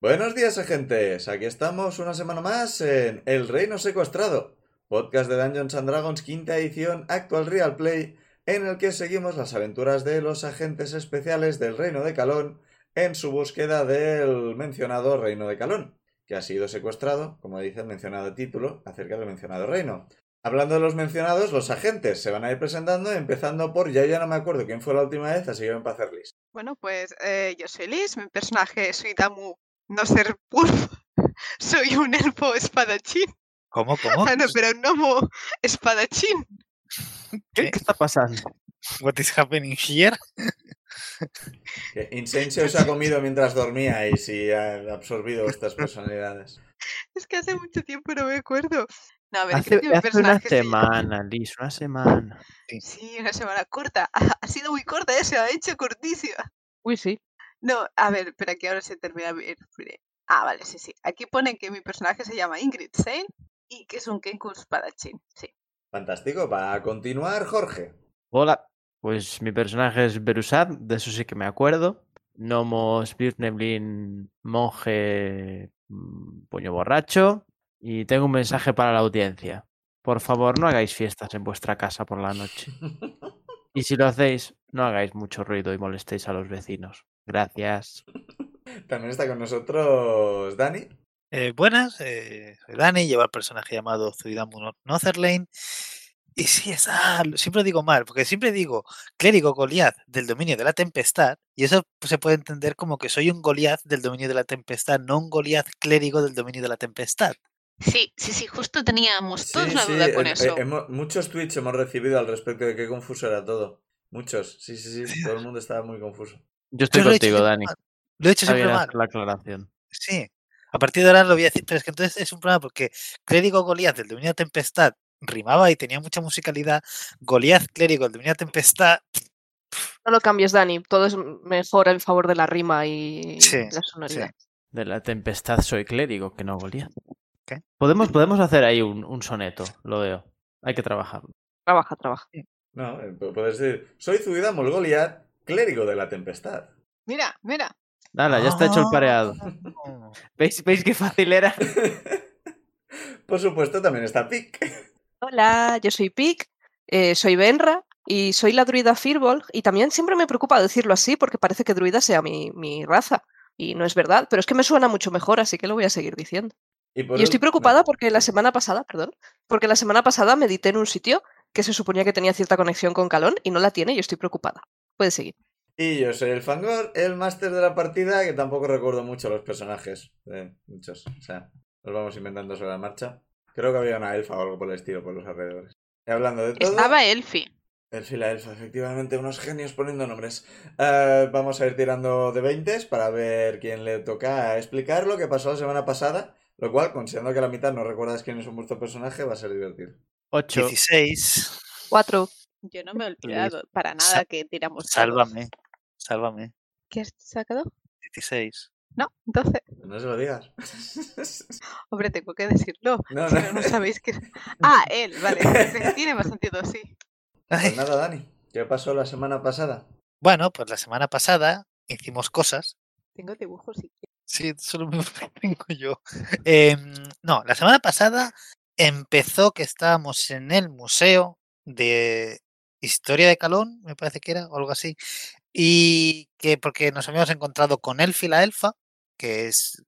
Buenos días, agentes. Aquí estamos una semana más en El Reino Secuestrado, podcast de Dungeons and Dragons quinta edición Actual Real Play, en el que seguimos las aventuras de los agentes especiales del Reino de Calón en su búsqueda del mencionado Reino de Calón, que ha sido secuestrado, como dice el mencionado título, acerca del mencionado reino. Hablando de los mencionados, los agentes se van a ir presentando, empezando por, ya ya no me acuerdo quién fue la última vez, así que ven para hacer list. Bueno, pues eh, yo soy Liz, mi personaje es Damu no ser pulp. Soy un elfo espadachín. ¿Cómo, Oh, cómo? Ah, no, pues pero un gnomo espadachín. ¿Qué, ¿Qué está pasando? What is happening here? Que Insensio se ha comido mientras dormía y si ha absorbido vuestras personalidades. Es que hace mucho tiempo no me acuerdo. No, a ver, Hace, creo que mi hace una personaje se llama- semana, Liz, una semana. Sí, una semana corta. Ha, ha sido muy corta, ¿eh? se ha hecho cortísima. Uy, sí. No, a ver, espera que ahora se termina bien. Mire. Ah, vale, sí, sí. Aquí ponen que mi personaje se llama Ingrid Sein y que es un Kenku espadachín. Sí. Fantástico, va a continuar Jorge. Hola. Pues mi personaje es Berusad, de eso sí que me acuerdo. Gnomo Spirtneblin, monje mm, puño borracho. Y tengo un mensaje para la audiencia. Por favor, no hagáis fiestas en vuestra casa por la noche. Y si lo hacéis, no hagáis mucho ruido y molestéis a los vecinos. Gracias. También está con nosotros Dani. Eh, buenas, eh, soy Dani, llevo al personaje llamado Zuidamu No- Notherlane. Y sí, es, ah, lo- siempre lo digo mal, porque siempre digo clérigo Goliath del dominio de la tempestad, y eso pues, se puede entender como que soy un Goliath del dominio de la tempestad, no un Goliath clérigo del dominio de la tempestad. Sí, sí, sí, justo teníamos Sí, todos una sí, duda con eh, eh, eso. hemos- muchos tweets hemos recibido al respecto de qué confuso era todo. Muchos, sí, sí, sí. Todo el mundo estaba muy confuso. Yo estoy Yo lo he hecho contigo, siempre Dani. Ah, mal, Lo he hecho Está bien siempre mal. hacer la aclaración. Sí. A partir de ahora lo voy a decir, pero es que entonces es un problema porque Clérigo Goliath del Dominio de la Tempestad rimaba y tenía mucha musicalidad. Goliath Clérigo del Dominio de la Tempestad. No lo cambies, Dani. Todo es mejor en favor de la rima y Sí, la sonoridad. De la tempestad soy clérigo, que no golía. ¿Qué? Podemos, podemos hacer ahí un, un soneto, lo veo. Hay que trabajarlo. Trabaja, trabaja. No, eh, pu- puedes decir, soy Zuidamo el Goliat, clérigo de la tempestad. Mira, mira. Dala, ya está hecho el pareado. Mm, ¿Veis, ¿Veis qué fácil era? Por supuesto, también está Pic. Hola, yo soy Pic, eh, soy Benra y soy la druida Firbolg. Y también siempre me preocupa decirlo así porque parece que druida sea mi, mi raza. Y no es verdad, pero es que me suena mucho mejor, así que lo voy a seguir diciendo. Y, por Y estoy ul- preocupada porque la semana pasada, perdón, porque la semana pasada medité en un sitio que se suponía que tenía cierta conexión con Calón y no la tiene y estoy preocupada. Puedes seguir. y yo soy el Fangor, el máster de la partida, que tampoco recuerdo mucho los personajes. eh, muchos, o sea, los vamos inventando sobre la marcha. Creo que había una elfa o algo por el estilo por los alrededores. Y hablando de todo... Estaba Elfi. El Filadelfia, efectivamente, unos genios poniendo nombres. Eh, vamos a ir tirando de 20 para ver quién le toca explicar lo que pasó la semana pasada. Lo cual, considerando que a la mitad no recuerdas quién es un vuestro personaje, va a ser divertido. Ocho. 16. Cuatro. Yo no me he olvidado para nada Sa- que tiramos. Sálvame. Sálvame. ¿Qué has sacado? 16. No, 12. No se lo digas. Hombre, tengo que decirlo. No, Si no, no no. sabéis que. Ah, él, vale. sí, Tiene más sentido, sí. Pues Ay, nada, Dani. ¿Qué pasó la semana pasada? Bueno, pues la semana pasada hicimos cosas. Tengo dibujos y Sí, solo me tengo yo. Em, no, la semana pasada empezó que estábamos en el museo de historia de Calón, me parece que era, o algo así, y que porque nos habíamos encontrado con Elfi la elfa, que es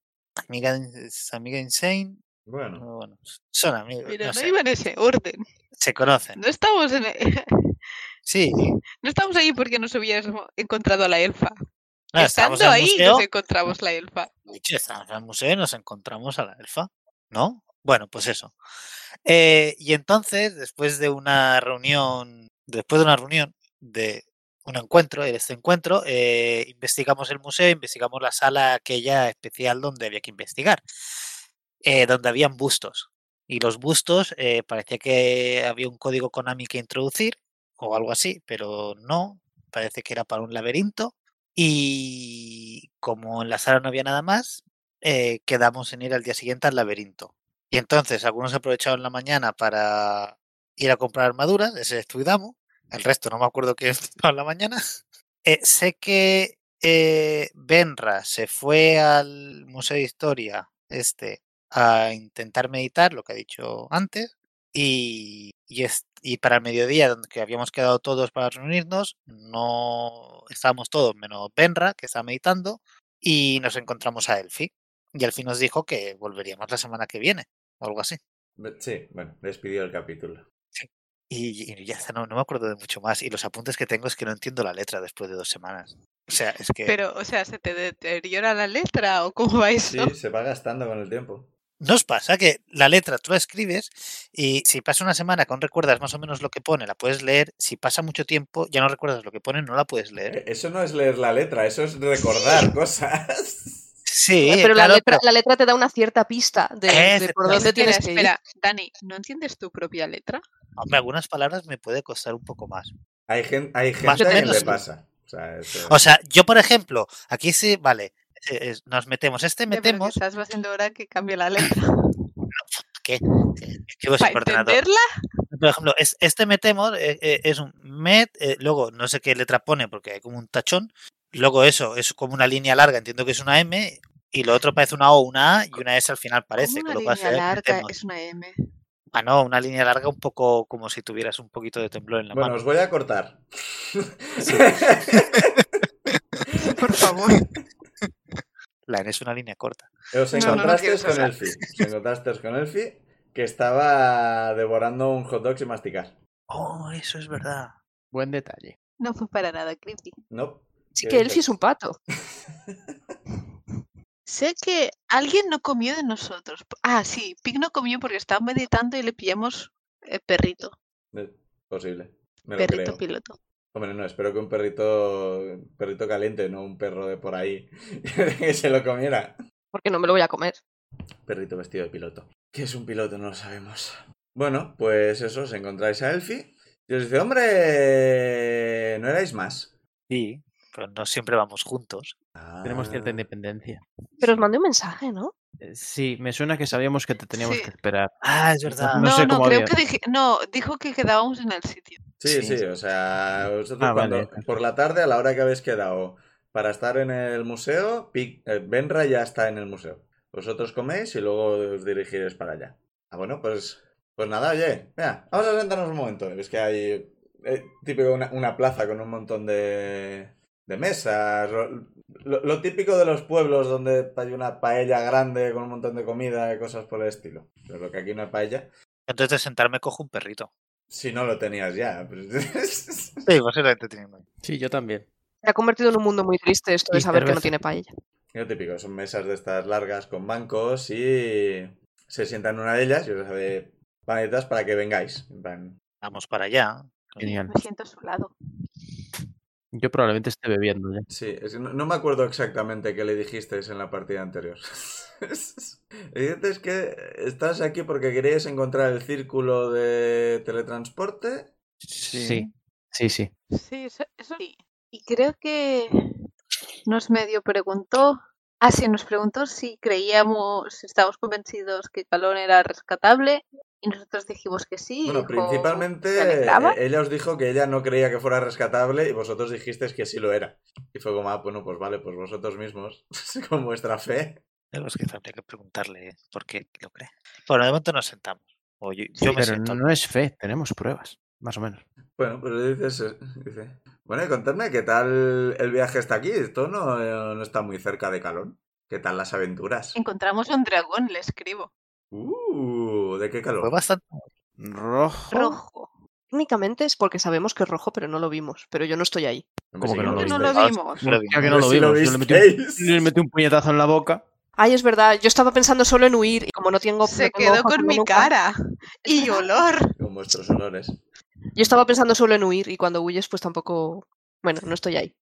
amiga, de- es amiga de Insane, Bueno, no, bueno, son amigos, Mm. Pero no no, sé, iba en ese orden. se conocen. No estamos en e- Sí, no, no estamos ahí porque nos hubiéramos encontrado a la elfa. estábamos Estando Ah, en el ahí museo, nos encontramos la elfa. De hecho, estábamos en el museo y nos encontramos a la elfa, ¿no? Bueno, pues eso. Eh, y entonces, después de una reunión, después de una reunión de un encuentro, en este encuentro eh, investigamos el museo, investigamos la sala aquella especial donde había que investigar, eh, donde habían bustos. Y los bustos eh, parecía que había un código Konami que introducir o algo así, pero no, parece que era para un laberinto. Y como en la sala no había nada más, eh, quedamos en ir al día siguiente al laberinto. Y entonces algunos aprovecharon la mañana para ir a comprar armaduras, ese estudiamos, el resto no me acuerdo qué estudiamos en la mañana. Eh, sé que eh, Benra se fue al Museo de Historia este a intentar meditar, lo que ha dicho antes, y, y, es- y para el mediodía, donde que habíamos quedado todos para reunirnos, no estábamos todos, menos Benra, que estaba meditando, y nos encontramos a Elfi. Y Elfi nos dijo que volveríamos la semana que viene, o algo así. Sí, bueno, despidió el capítulo. Y, y ya está, no, no me acuerdo de mucho más. Y los apuntes que tengo es que no entiendo la letra después de dos semanas. O sea, es que... Pero, o sea, ¿se te deteriora la letra o cómo va Sí, eso? se va gastando con el tiempo. ¿No os pasa que la letra tú la escribes y si pasa una semana con recuerdas más o menos lo que pone, la puedes leer? Si pasa mucho tiempo, ya no recuerdas lo que pone, no la puedes leer. Eh, Eso no es leer la letra, eso es recordar cosas. Sí, Eh, pero claro, la, letra, pero- la letra te da una cierta pista de, de por Efectivamente. dónde tienes que ir. espera, Dani, ¿no entiendes tu propia letra? hombre, algunas palabras me puede costar un poco más. Hay, gen- hay gente Más o que menos le sí. pasa. O sea, eso- O sea, yo, por ejemplo, aquí sí, vale, eh, eh, nos metemos, este Eh, pero que metemos, estás haciendo ahora que cambie la letra. ¿qué? Eh, Escribo ¿Para sin ordenador. entenderla? Por ejemplo, es, este metemos eh, eh, es un met, eh, luego no sé qué letra pone porque hay como un tachón, luego eso es como una línea larga, entiendo que es una M, y lo otro parece una O, una A y una S al final parece. ¿Cómo con una lo cual línea se- larga metemos. es una M? Ah, no, una línea larga un poco como si tuvieras un poquito de temblor en la Bueno, mano. os voy a cortar. Por favor. La N es una línea corta. os No, no, no encontrasteis quieres con usar. Elfi. Os encontrasteis con Elfi que estaba devorando un hot dog sin masticar. Oh, eso es verdad. Buen detalle. No fue para nada creepy. No. Sí ¿Qué que dices? Elfi es un pato. Sé que alguien no comió de nosotros. Ah, sí, Pig no comió porque estaba meditando y le pillamos el perrito, Eh, Posible. Me lo perrito creo. piloto. Hombre, no, espero que un perrito, un perrito caliente, no un perro de por ahí, que se lo comiera. Porque no me lo voy a comer. Perrito vestido de piloto. ¿Qué es un piloto? No lo sabemos. Bueno, pues eso, os encontráis a Elfi. Y os dice, hombre, no erais más. Sí, pero no siempre vamos juntos. Tenemos cierta Ah, independencia. Pero os mandé un mensaje, ¿no? Eh, Sí, me suena que sabíamos que te teníamos Sí. que esperar. Ah, es verdad. No No, sé no, cómo creo había- que dije, no, dijo que quedábamos en el sitio. Sí, Sí. sí, o sea, vosotros Ah, cuando- vale. por la tarde, a la hora que habéis quedado para estar en el museo, Pic- eh, Benra ya está en el museo. Vosotros coméis y luego os dirigiréis para allá. Ah, bueno, pues, pues nada, oye, mira, vamos a sentarnos un momento. Es que hay eh, típico una, una plaza con un montón de, de mesas. ro- Lo, lo típico de los pueblos donde hay una paella grande con un montón de comida y cosas por el estilo. Pero lo que aquí no hay paella, Entonces de sentarme cojo un perrito. si no lo tenías ya. pues- Sí, posiblemente teniendo. Sí, yo también. Se ha convertido en un mundo muy triste esto de Y saber que no cerveza. tiene paella. Lo típico, son mesas de estas largas con bancos y se sientan en una de ellas y os hace planetas para que vengáis. En plan, Vamos para allá. Genial. Me siento a su lado. bebiendo ya. sí, es que no, no me acuerdo exactamente qué le dijisteis en la partida anterior. Dices que estás aquí porque queréis encontrar el círculo de teletransporte. Sí, sí, sí. Sí, eso, eso sí. Y creo que nos medio preguntó, ah, sí, nos preguntó si creíamos, si estábamos convencidos que Calón era rescatable y nosotros dijimos que sí. y Bueno, dijo, principalmente ¿se alegraba? eh, ella os dijo que ella no creía que fuera rescatable y vosotros dijisteis que sí lo era. Y fue como, ah, bueno, pues vale, pues vosotros mismos, con vuestra fe. Claro, es que habría que preguntarle ¿eh? por qué lo cree. Bueno, de momento nos sentamos. O yo, yo me Pero siento. no es fe, tenemos pruebas, más o menos. Bueno, pues le dices, eh, dice, bueno, y contadme qué tal el viaje hasta aquí. Esto no, eh, no está muy cerca de Calón. ¿Qué tal las aventuras? Encontramos un dragón, le escribo. Uh, ¿de qué Fue Pues calor? bastante. Rojo. Rojo. Técnicamente es porque sabemos que es rojo, pero no lo vimos. Pero yo no estoy ahí. Hombre, ¿Cómo sí que no Que lo no visteis? lo Ah, vimos. sí, lo vi. Ya que Hombre, no lo sí vimos. yo le metí, un, visteis. le metí un puñetazo en la boca. Ay, es verdad. Yo estaba pensando solo en huir y como no tengo. no Se tengo quedó ojos, con no mi nunca- cara y olor. Con vuestros olores. Yo estaba pensando solo en huir y cuando huyes, pues tampoco Bueno, no estoy ahí.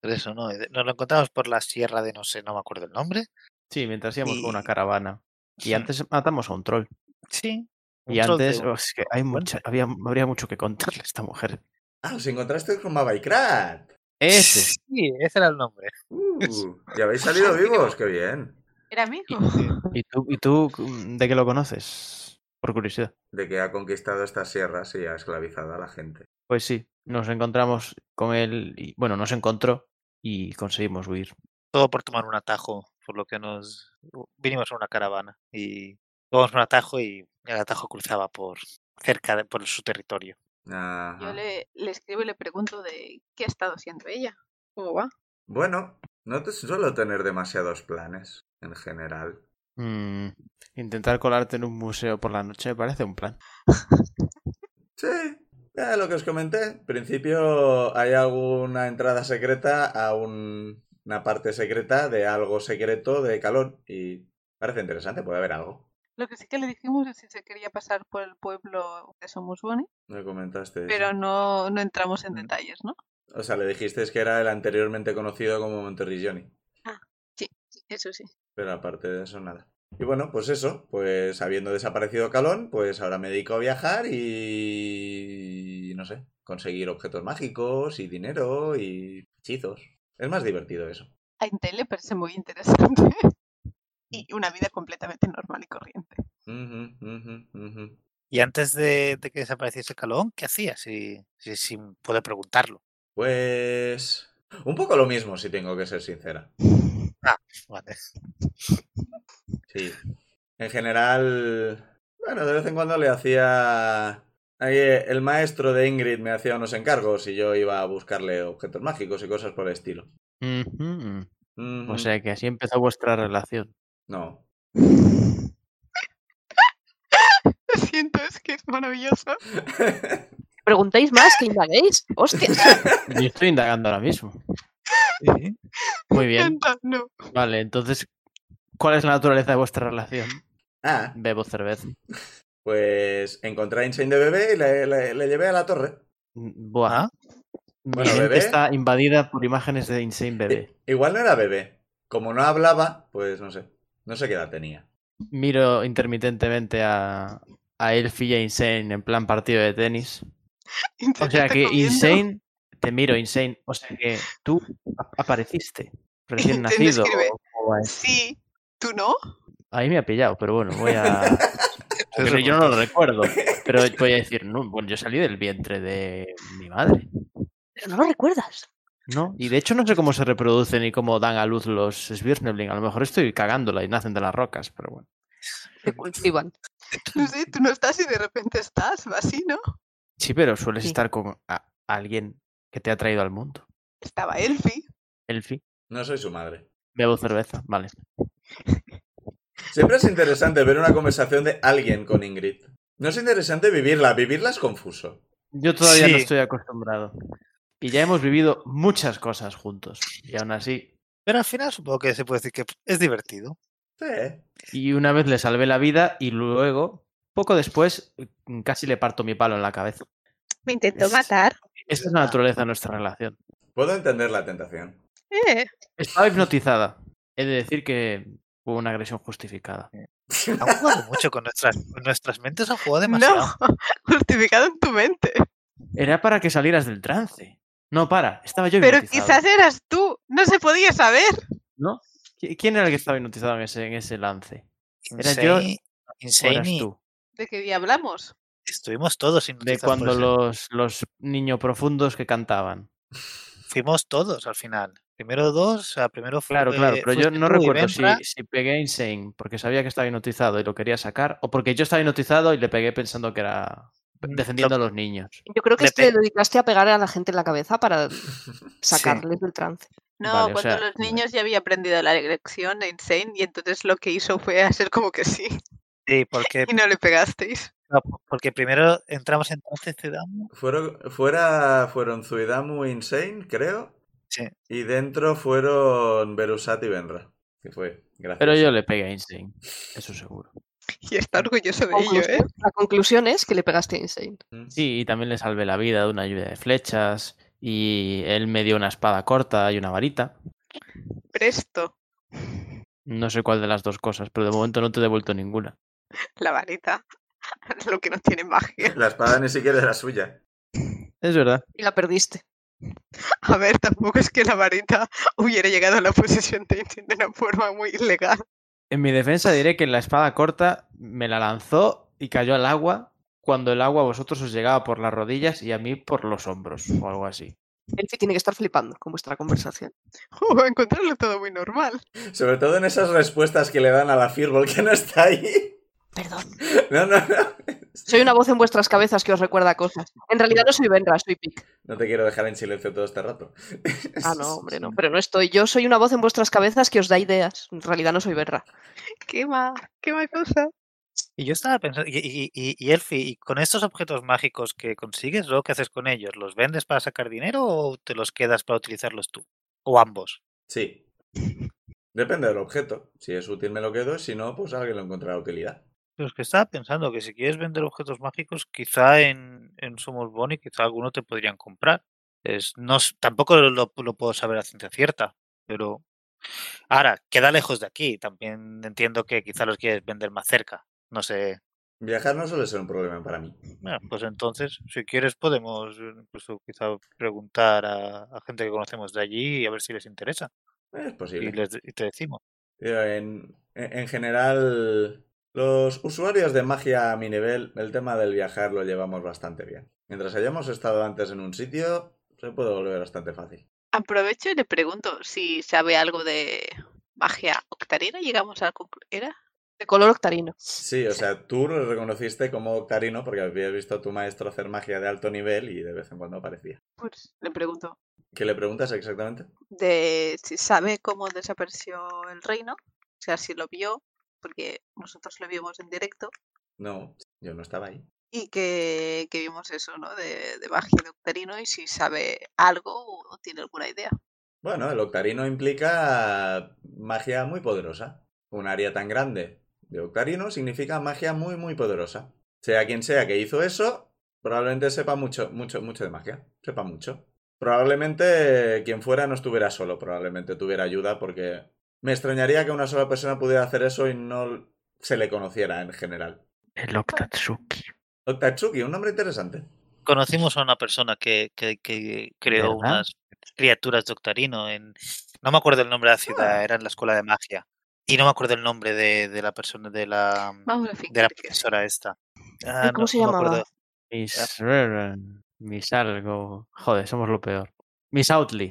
Por eso, ¿no? Eh, Nos lo encontramos por la sierra de no sé, no me acuerdo el nombre. Sí, mientras íbamos con una Y- caravana. Y Hmm. antes matamos a un troll. Sí. un Y troll de antes, un- oh, es que hay mucha, había, habría mucho que contarle a esta mujer. Ah, os encontrasteis con Mabaikrat. Ese. Sí, ese era el nombre. Uh, y habéis salido vivos, qué bien. Era amigo. Y, eh, y tú, ¿Y tú mm, de qué lo conoces? Por curiosidad. De que ha conquistado estas sierras y ha esclavizado a la gente. Pues sí, nos encontramos con él. Y, bueno, nos encontró y conseguimos huir. Todo por tomar un atajo, por lo que nos vinimos a una caravana y tomamos un atajo y el atajo cruzaba por cerca de por su territorio. Ajá. Yo le, le escribo y le pregunto de qué ha estado siendo ella. ¿Cómo va? Bueno, no te suelo tener demasiados planes en general. Mm, intentar colarte en un museo por la noche me parece un plan. Sí, ya lo que os comenté. En principio hay alguna entrada secreta a un- una parte secreta de algo secreto de Calón. Y parece interesante, puede haber algo. Lo que sí que le dijimos es si se quería pasar por el pueblo de Somusbone, Me comentaste. pero no, no entramos en Mm. detalles, ¿no? O sea, le dijisteis que era el anteriormente conocido como Monterrigioni. Eso sí. Pero aparte de eso, nada. Y bueno, pues eso, pues habiendo desaparecido Calón, pues ahora me dedico a viajar y... no sé, conseguir objetos mágicos y dinero y hechizos. Es más divertido eso. A Intel le parece muy interesante. y una vida completamente normal y corriente. Ujú, ujú, ujú. Y antes de, de que desapareciese Calón, ¿qué hacía? Si, si, si puede preguntarlo. Pues... Un poco lo mismo, si tengo que ser sincera. Vale. Sí. En general, bueno, de vez en cuando le hacía... ahí, eh, El maestro de Ingrid me hacía unos encargos y yo iba a buscarle objetos mágicos y cosas por el estilo. Ujú. Ujú. O sea que así empezó vuestra relación. No. Lo siento, es que es maravilloso. Preguntéis más, que indaguéis. Hostias. Yo estoy indagando ahora mismo. Muy bien. Anda, no. Vale, entonces, ¿cuál es la naturaleza de vuestra relación? Ah, Bebo cerveza. pues encontré a Insane de bebé y le, le- le llevé a la torre. Mm, Buah. Ah. Mi Bueno, mente bebé. está invadida por imágenes de Insane Bebé. I- igual no era bebé. Como no hablaba, pues no sé. No sé qué edad tenía. Miro intermitentemente a, a Elfie y a Insane en plan partido de tenis. O sea que Insane, te miro, Insane. O sea que tú a- apareciste recién Insane nacido. escribe. o- o va eso. Sí, tú no. Ahí me ha pillado, pero bueno, voy a. Porque Eso yo es no lo recuerdo, pero voy a decir, no, bueno, yo salí del vientre de mi madre, Pero no lo recuerdas. ¿no? Y de hecho no sé cómo se reproducen y cómo dan a luz los Svirnebling. A lo mejor estoy cagándola y nacen de las rocas, pero bueno. Se cultivan. No sé, tú no estás y de repente estás, va así, ¿no? Sí, pero sueles Sí. estar con a- alguien que te ha traído al mundo. Estaba Elfi. Elfi, No soy su madre. bebo cerveza, vale. Siempre es interesante ver una conversación de alguien con Ingrid. No es interesante vivirla. Vivirla es confuso. Yo todavía no Sí. estoy acostumbrado. Y ya hemos vivido muchas cosas juntos. Y aún así. Pero al final supongo que se puede decir que es divertido. Sí. Y una vez le salvé la vida y luego, poco después, mm, casi le parto mi palo en la cabeza. Me intentó Es- matar. Esa es la naturaleza de nuestra relación. Puedo entender la tentación. Eh, Estaba hipnotizada. He de decir que hubo una agresión justificada. Han jugado mucho con nuestras, con nuestras mentes, han jugado demasiado. No, justificado en tu mente. Era para que salieras del trance. No, para, estaba yo pero hipnotizado. quizás eras tú. No se podía saber. ¿Qui- ¿Quién era el que estaba hipnotizado en ese, en ese lance? Era Insane, yo, ¿O Insane eras y tú? ¿De qué día hablamos? estuvimos todos De hipnotizados por cuando ese- los, los niños profundos que cantaban. Fuimos todos al final. Primero dos, o sea, primero fu- Claro, claro, eh, pero yo fuiste no tú y recuerdo si, Benra. si pegué a Insane porque sabía que estaba hipnotizado y lo quería sacar, o porque yo estaba hipnotizado y le pegué pensando que era Mm, defendiendo a los niños. Yo creo que Le es que pe- le dedicaste a pegar a la gente en la cabeza para sacarles del trance. No, Vale, o cuando sea, los vale. niños ya había aprendido la lección de Insane y entonces lo que hizo fue hacer como que sí Sí, porque, y no le pegasteis. no, porque primero entramos en trance Zedamo, Fueron, fuera fueron Zuidamu e Insane, creo. Sí. Y dentro fueron Berusat y Benra. Que fue, gracias. Pero yo le pegué a Insane, eso seguro. Y está orgulloso de ello, ¿eh? Conclusión- Mm. La conclusión es que le pegaste a Insane. Sí, y también le salvé la vida de una lluvia de flechas. Y él me dio una espada corta y una varita. Presto, No sé cuál de las dos cosas, pero de momento no te he devuelto ninguna. la varita. Lo que no tiene magia. La espada ni siquiera era suya. Es verdad. Y la perdiste. A ver, tampoco es que la varita hubiera llegado a la posesión de Ainsyn de una forma muy ilegal. En mi defensa diré que la espada corta me la lanzó y cayó al agua cuando el agua a vosotros os llegaba por las rodillas y a mí por los hombros o algo así. Elfi tiene que estar flipando con vuestra conversación. Uh, encontrarlo todo muy normal. Sobre todo en esas respuestas que le dan a la Firbol que no está ahí. Perdón. No, no, no. Soy una voz en vuestras cabezas que os recuerda cosas. En realidad no soy Benra, soy Pic. No te quiero dejar en silencio todo este rato. Ah, no, hombre, no. Pero no estoy. Yo soy una voz en vuestras cabezas que os da ideas. En realidad no soy Benra. Qué mal, qué mal cosa. Y yo estaba pensando, y, y, y, y Elfi, ¿y con estos objetos mágicos que consigues, lo que haces con ellos? ¿Los vendes para sacar dinero o te los quedas para utilizarlos tú? ¿O ambos? Sí. Depende del objeto. Si es útil me lo quedo, si no, pues alguien lo encontrará utilidad. Pero es que estaba pensando que si quieres vender objetos mágicos, quizá en, en Somos Bonnie, quizá alguno te podrían comprar. Es, no, s- tampoco lo, lo puedo saber a ciencia cierta, pero ahora, queda lejos de aquí. También entiendo que quizá los quieres vender más cerca. No sé. Viajar no suele ser un problema para mí. Bueno, pues entonces, si quieres, podemos eh, incluso quizá preguntar a, a gente que conocemos de allí y a ver si les interesa. Es posible. Y, les, de- y te decimos. Tío, en, en en general, los usuarios de magia a mi nivel, el tema del viajar lo llevamos bastante bien. Mientras hayamos estado antes en un sitio, se puede volver bastante fácil. Aprovecho y le pregunto si sabe algo de magia octarina. Llegamos a la conclu- ¿Era? De color octarino. Sí, o sea, tú lo reconociste como octarino porque habías visto a tu maestro hacer magia de alto nivel y de vez en cuando aparecía. Pues le pregunto ¿Qué le preguntas exactamente? de si sabe cómo desapareció el reino, o sea, si lo vio, porque nosotros lo vimos en directo No, yo no estaba ahí. y que, que vimos eso, ¿no? De, de magia de octarino y si sabe algo o tiene alguna idea. Bueno, el octarino implica magia muy poderosa. Un área tan grande de octarino significa magia muy, muy poderosa. Sea quien sea que hizo eso, probablemente sepa mucho, mucho, mucho de magia. Sepa mucho. Probablemente eh, quien fuera no estuviera solo, probablemente tuviera ayuda porque me extrañaría que una sola persona pudiera hacer eso y no se le conociera en general. El Octatsuki. Octatsuki, un nombre interesante. Conocimos a una persona que, que- que creó ¿Verdad? unas criaturas de Octarino en... No me acuerdo el nombre de la ciudad, Ah. era en la escuela de magia. Y no me acuerdo el nombre de, de la persona, de la, Vamos a de la fingir que sí. profesora esta. Ay, Ah, ¿Cómo no- se no me llamaba? acuerdo. Mis Reran, Mis algo. Joder, somos lo peor. Mis Outly.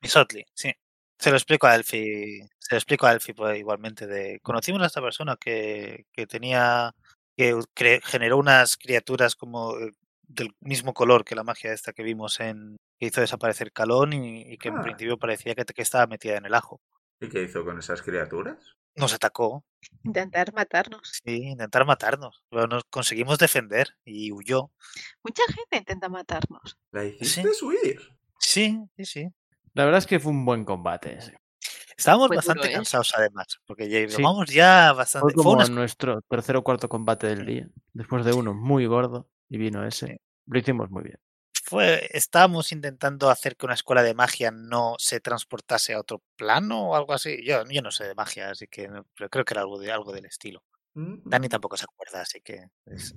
Miss Otley, sí. Se lo explico a Elfi, se lo explico a Elfi pues, igualmente de conocimos a esta persona que, que tenía que u- cre- generó unas criaturas como eh, del mismo color que la magia esta que vimos en que hizo desaparecer Calón y, y que en Ah. principio parecía que, que estaba metida en el ajo. ¿Y qué hizo con esas criaturas? Nos atacó, Intentar matarnos. sí, intentar matarnos, pero nos conseguimos defender y huyó. Mucha gente intenta matarnos. ¿La hiciste huir? Sí, sí, sí. La verdad es que fue un buen combate ese. Estábamos Fue duro, bastante ¿eh? cansados además, porque ya Sí. llevamos ya Fue bastante. fue como una nuestro tercer o cuarto combate del día. Después de uno muy gordo y vino ese. Lo hicimos muy bien. fue, estábamos intentando hacer que una escuela de magia no se transportase a otro plano o algo así. Yo, yo no sé de magia, así que no- pero creo que era algo, de, algo del estilo. Mm, Dani mm. tampoco se acuerda, así que... es-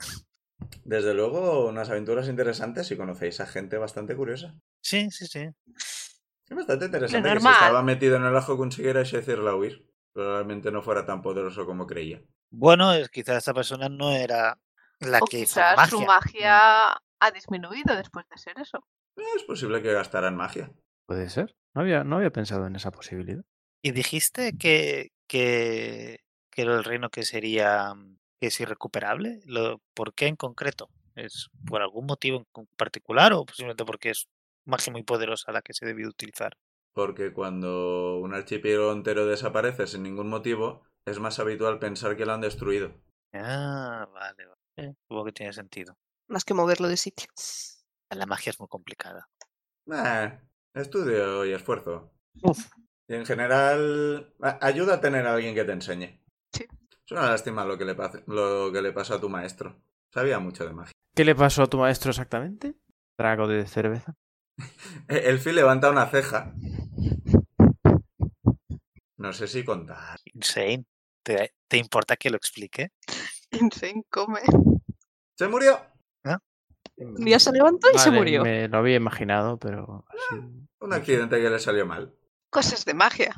Desde luego, unas aventuras interesantes y conocéis a gente bastante curiosa. Sí, sí, sí. Es bastante interesante Lo que si normal. estaba metido en el ajo consiguiera hacerla huir. Probablemente no fuera tan poderoso como creía. Bueno, es, quizás esa persona no era la O que hizo quizás magia. su Mm, magia ha disminuido después de ser eso. Es posible que gastaran magia. Puede ser. No había, no había pensado en esa posibilidad. Y dijiste que, que, que era el reino que sería... mm, que es irrecuperable. Lo, ¿Por qué en concreto? ¿Es por algún motivo en con- particular o simplemente porque es magia muy poderosa la que se debió utilizar? Porque cuando un archipiélago entero desaparece sin ningún motivo, es más habitual pensar que lo han destruido. Ah, vale, vale. Supongo que tiene sentido. Más que moverlo de sitio. La magia es muy complicada. Eh, estudio y esfuerzo. Y en general, a- ayuda a tener a alguien que te enseñe. Sí. Es una lástima lo que le, pase- lo que le pasó a tu maestro. Sabía mucho de magia. ¿Qué le pasó a tu maestro exactamente? Trago de cerveza. Eh, Elfi levanta una ceja. No sé si contar. Insane. ¿Te, te importa que lo explique? Insane come. ¡Se murió! Un día se levantó y se Mm, Vale, murió. Me lo había imaginado, pero. así- Un accidente que le salió mal. Cosas de magia.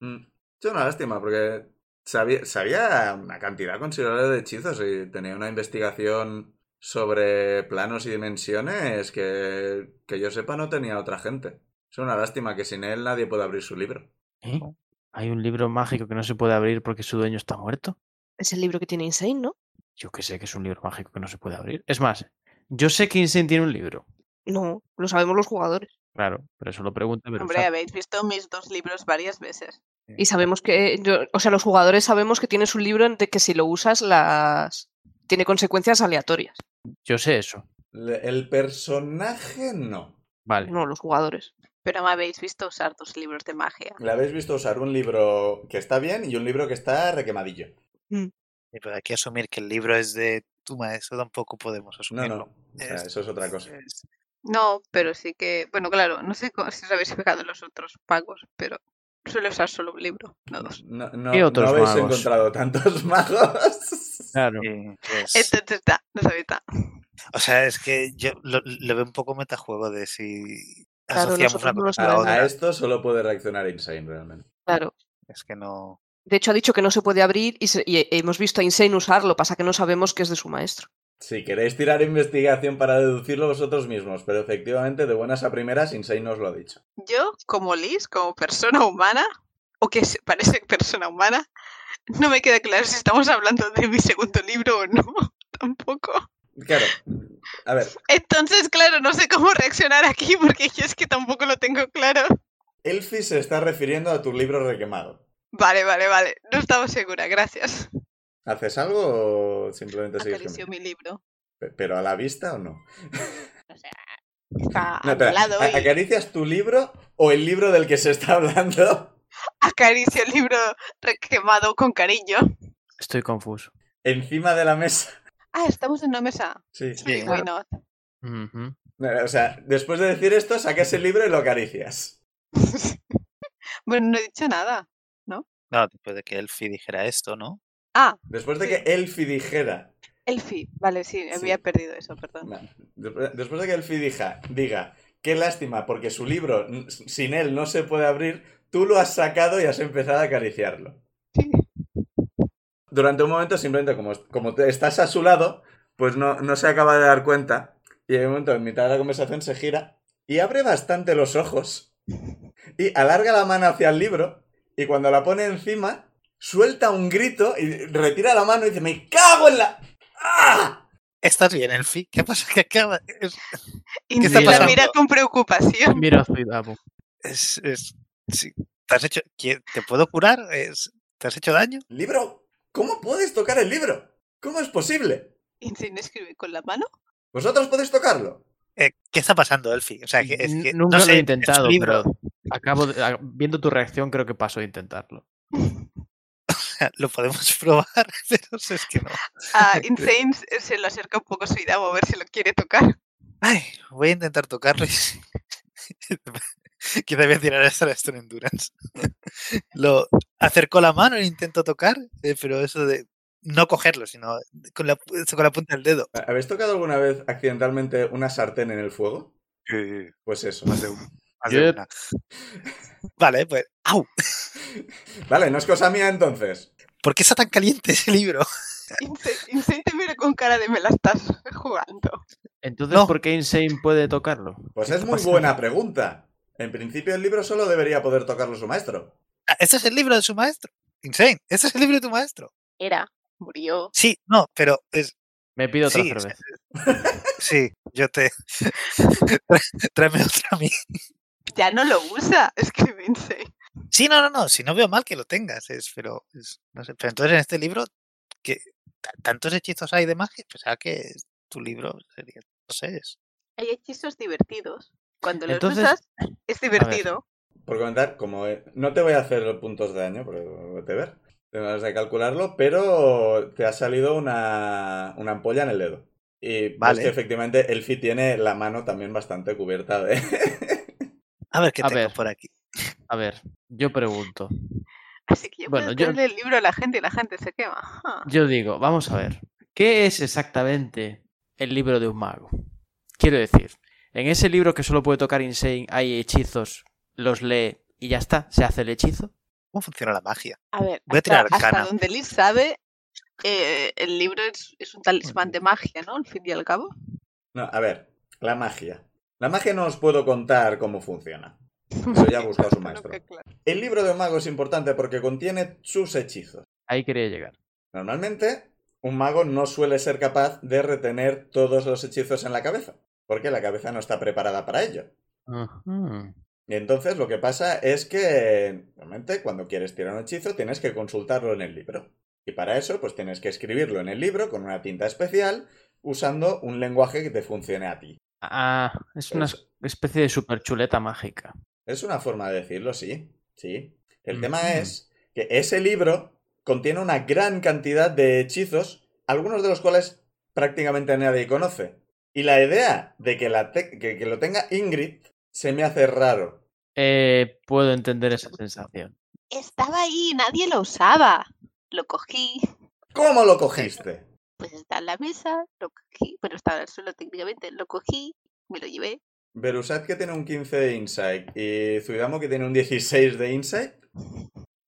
Mm. Es una lástima porque sabía, sabía una cantidad considerable de hechizos y tenía una investigación sobre planos y dimensiones que, que yo sepa no tenía otra gente. Es una lástima que sin él nadie pueda abrir su libro. ¿Eh? Hay un libro mágico que no se puede abrir porque su dueño está muerto. Es el libro que tiene Insane, ¿no? Yo que sé que es un libro mágico que no se puede abrir. Es más, yo sé que Insane tiene un libro. No, lo sabemos los jugadores. Claro, pero eso lo pregunta Hombre, habéis visto mis dos libros varias veces. Y sabemos que, yo- o sea, los jugadores sabemos que tienes un libro en de que si lo usas las tiene consecuencias aleatorias. Yo sé eso. Le- el personaje no. Vale. No, los jugadores. Pero me habéis visto usar dos libros de magia. Le habéis visto usar un libro que está bien y un libro que está requemadillo. Sí, Pero hay que asumir que el libro es de tu maestro, tampoco podemos No, asumirlo. no. O sea, Es- eso es otra cosa. es- No, pero sí que. Bueno, claro, no sé cómo- si os habéis fijado en los otros pagos, pero suele usar solo un libro, no dos. No, no- ¿Qué otros no habéis magos? encontrado tantos magos. Claro. eh, es- Entonces, da, no sabéis nada. o sea, es que yo lo, lo veo un poco metajuego de si Claro, asociamos una nosotros no lo cosa a la sabemos. otra. A esto solo puede reaccionar Insane realmente. Claro. Es que no. De hecho, ha dicho que no se puede abrir y, se- y he- hemos visto a Insane usarlo, pasa que no sabemos que es de su maestro. Si queréis tirar investigación para deducirlo vosotros mismos, pero efectivamente de buenas a primeras Insane nos lo ha dicho. Yo, como Liz, como persona humana, o que se- parece persona humana, no me queda claro si estamos hablando de mi segundo libro o no, tampoco. Claro, a ver, Entonces, claro, no sé cómo reaccionar aquí porque yo es que tampoco lo tengo claro. Elfi se está refiriendo a tu libro requemado. Vale, vale, vale. No estaba segura, gracias. ¿Haces algo o simplemente sigues Acarició caminando? mi libro. Pe- ¿Pero a la vista o no? Está No, a mi espera, lado eh. ¿a- y ¿Acaricias tu libro o el libro del que se está hablando? acaricio el libro requemado con cariño. Estoy confuso. Encima de la mesa. Ah, estamos en una mesa. Sí. Sí, Sí. why not? Ujú. O sea, después de decir esto, sacas el libro y lo acaricias. bueno, no he dicho nada. No, después de que Elfi dijera esto, ¿no? Ah, Después de Sí. que Elfi dijera Elfi. Vale, sí, había Sí. perdido eso, perdón. No. Después después de que Elfi dija- diga, qué lástima, porque su libro n- sin él no se puede abrir, tú lo has sacado y has empezado a acariciarlo. Sí. Durante un momento, simplemente como, como te- estás a su lado, pues no, no se acaba de dar cuenta. Y en un momento, en mitad de la conversación, se gira y abre bastante los ojos. Y alarga la mano hacia el libro. Y cuando la pone encima, suelta un grito y retira la mano y dice, me cago en la... ¡Ah! ¿Estás bien, Elfi? ¿Qué pasa? ¿Qué acaba? Es, Y está la pasando? mira con Pues preocupación. Miro a Zuidamu. es- es- sí, ¿Te has hecho? ¿Quie- ¿Te puedo curar? Es- ¿Te has hecho daño? ¿Libro? ¿Cómo puedes tocar el libro? ¿Cómo es posible? Y sin escribir con la mano. ¿Vosotros podéis tocarlo? Eh, ¿Qué está pasando, Elfi? O sea, que, es N- que Nunca no lo sé, he es intentado, un libro. pero acabo de- a- viendo tu reacción creo que paso de intentarlo. Lo podemos probar, pero es que no. A Ah, Insane se- se lo acerca un poco a su idea a ver si lo quiere tocar. Ay, voy a intentar tocarlo. Quizá voy a tirar hasta esto en Endurance. Lo acercó la mano e intentó tocar, eh, pero eso de no cogerlo, sino con la, pu- con la punta del dedo. ¿Habéis tocado alguna vez accidentalmente una sartén en el fuego? Pues eso. más de, un- más de Yo- una. Vale, pues. ¡Au! Vale, no es cosa mía entonces. ¿Por qué está tan caliente ese libro? Insane, Insane te mira con cara de me la estás jugando. Entonces, No. ¿por qué Insane puede tocarlo? Pues ¿Qué es está muy pasando? buena pregunta. En principio el libro solo debería poder tocarlo su maestro. Ah, Este es el libro de su maestro. Insane. Este es el libro de tu maestro. Era. Murió. Sí, no, pero es. Me pido otra Sí, o sea, cerveza. Sí, yo te. Tráeme otra a mí. Ya no lo usa. Escribe Insane. Sí, no, no, no. Si no veo mal que lo tengas, es, pero es- no sé. Pero entonces en este libro, que ta- tantos hechizos hay de magia, pensaba que tu libro sería, no sé, es- Hay hechizos divertidos. Cuando los Entonces- usas, es divertido. Por comentar, como eh, no te voy a hacer los puntos de daño, porque te ver. Tendrás de calcularlo, pero te ha salido una, una ampolla en el dedo. Y ves Vale. que efectivamente Elfi tiene la mano también bastante cubierta de, A ver qué A tengo ver. por aquí. A ver, yo pregunto. Así que yo Bueno, puedo yo- darle el libro a la gente y la gente se quema. Ah, Yo digo, vamos a ver, ¿qué es exactamente el libro de un mago? Quiero decir, en ese libro que solo puede tocar Insane hay hechizos, los lee y ya está, se hace el hechizo. ¿Cómo funciona la magia? A ver, Voy a hasta, tirar hasta arcana. donde Liz sabe, eh, el libro es, es un talismán de magia, ¿no? Al fin y al cabo. No, a ver, la magia. La magia no os puedo contar cómo funciona. Eso ya ha buscado su Nunca, maestro. claro. El libro de un mago es importante porque contiene sus hechizos. Ahí quería llegar. Normalmente, un mago no suele ser capaz de retener todos los hechizos en la cabeza, porque la cabeza no está preparada para ello. Y entonces lo que pasa es que, normalmente, cuando quieres tirar un hechizo, tienes que consultarlo en el libro. Y para eso, pues tienes que escribirlo en el libro con una tinta especial, usando un lenguaje que te funcione a ti. Ah, es una Eso. especie de superchuleta mágica. Es una forma de decirlo, sí. Sí. El Ujú. tema es que ese libro contiene una gran cantidad de hechizos, algunos de los cuales prácticamente nadie conoce. Y la idea de que, la te- que- que lo tenga Ingrid se me hace raro. Eh, puedo entender esa sensación. Estaba ahí, nadie lo usaba. Lo cogí, ¿Cómo lo cogiste? pues está en la mesa, lo cogí, bueno, estaba en el suelo técnicamente, lo cogí, me lo llevé. Berusat que tiene un 15 de Insight y Zuidamo que tiene un 16 de Insight.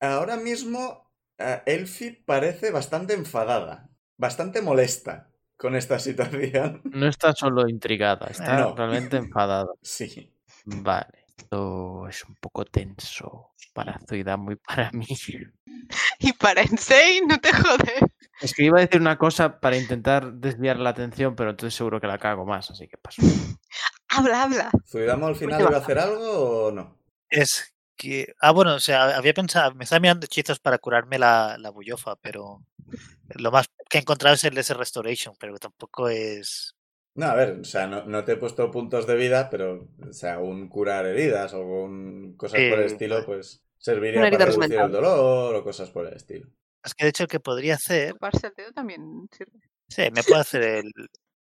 Ahora mismo eh, Elfi parece bastante enfadada, bastante molesta con esta situación. No está solo intrigada, está No. realmente enfadada. Sí. Vale, esto es un poco tenso para Zuidamo y para mí. Y para Insane, no te jode. Es que iba a decir una cosa para intentar desviar la atención, pero entonces seguro que la cago más, así que paso. Habla, habla. ¿Zuidamo al final Oye, iba a hacer algo o no? Es que. Ah, bueno, o sea, había pensado. Me estaba mirando hechizos para curarme la, la bullofa, pero. Lo más que he encontrado es el de ese Restoration, pero que tampoco es. No, a ver, o sea, no, no te he puesto puntos de vida, pero, o sea, un curar heridas o un cosas por el Sí, estilo, vale. pues serviría Una herida para reducir el mental. dolor o cosas por el estilo. Es que de hecho el que podría hacer. Chuparse el dedo también sirve. Sí, me puedo hacer el.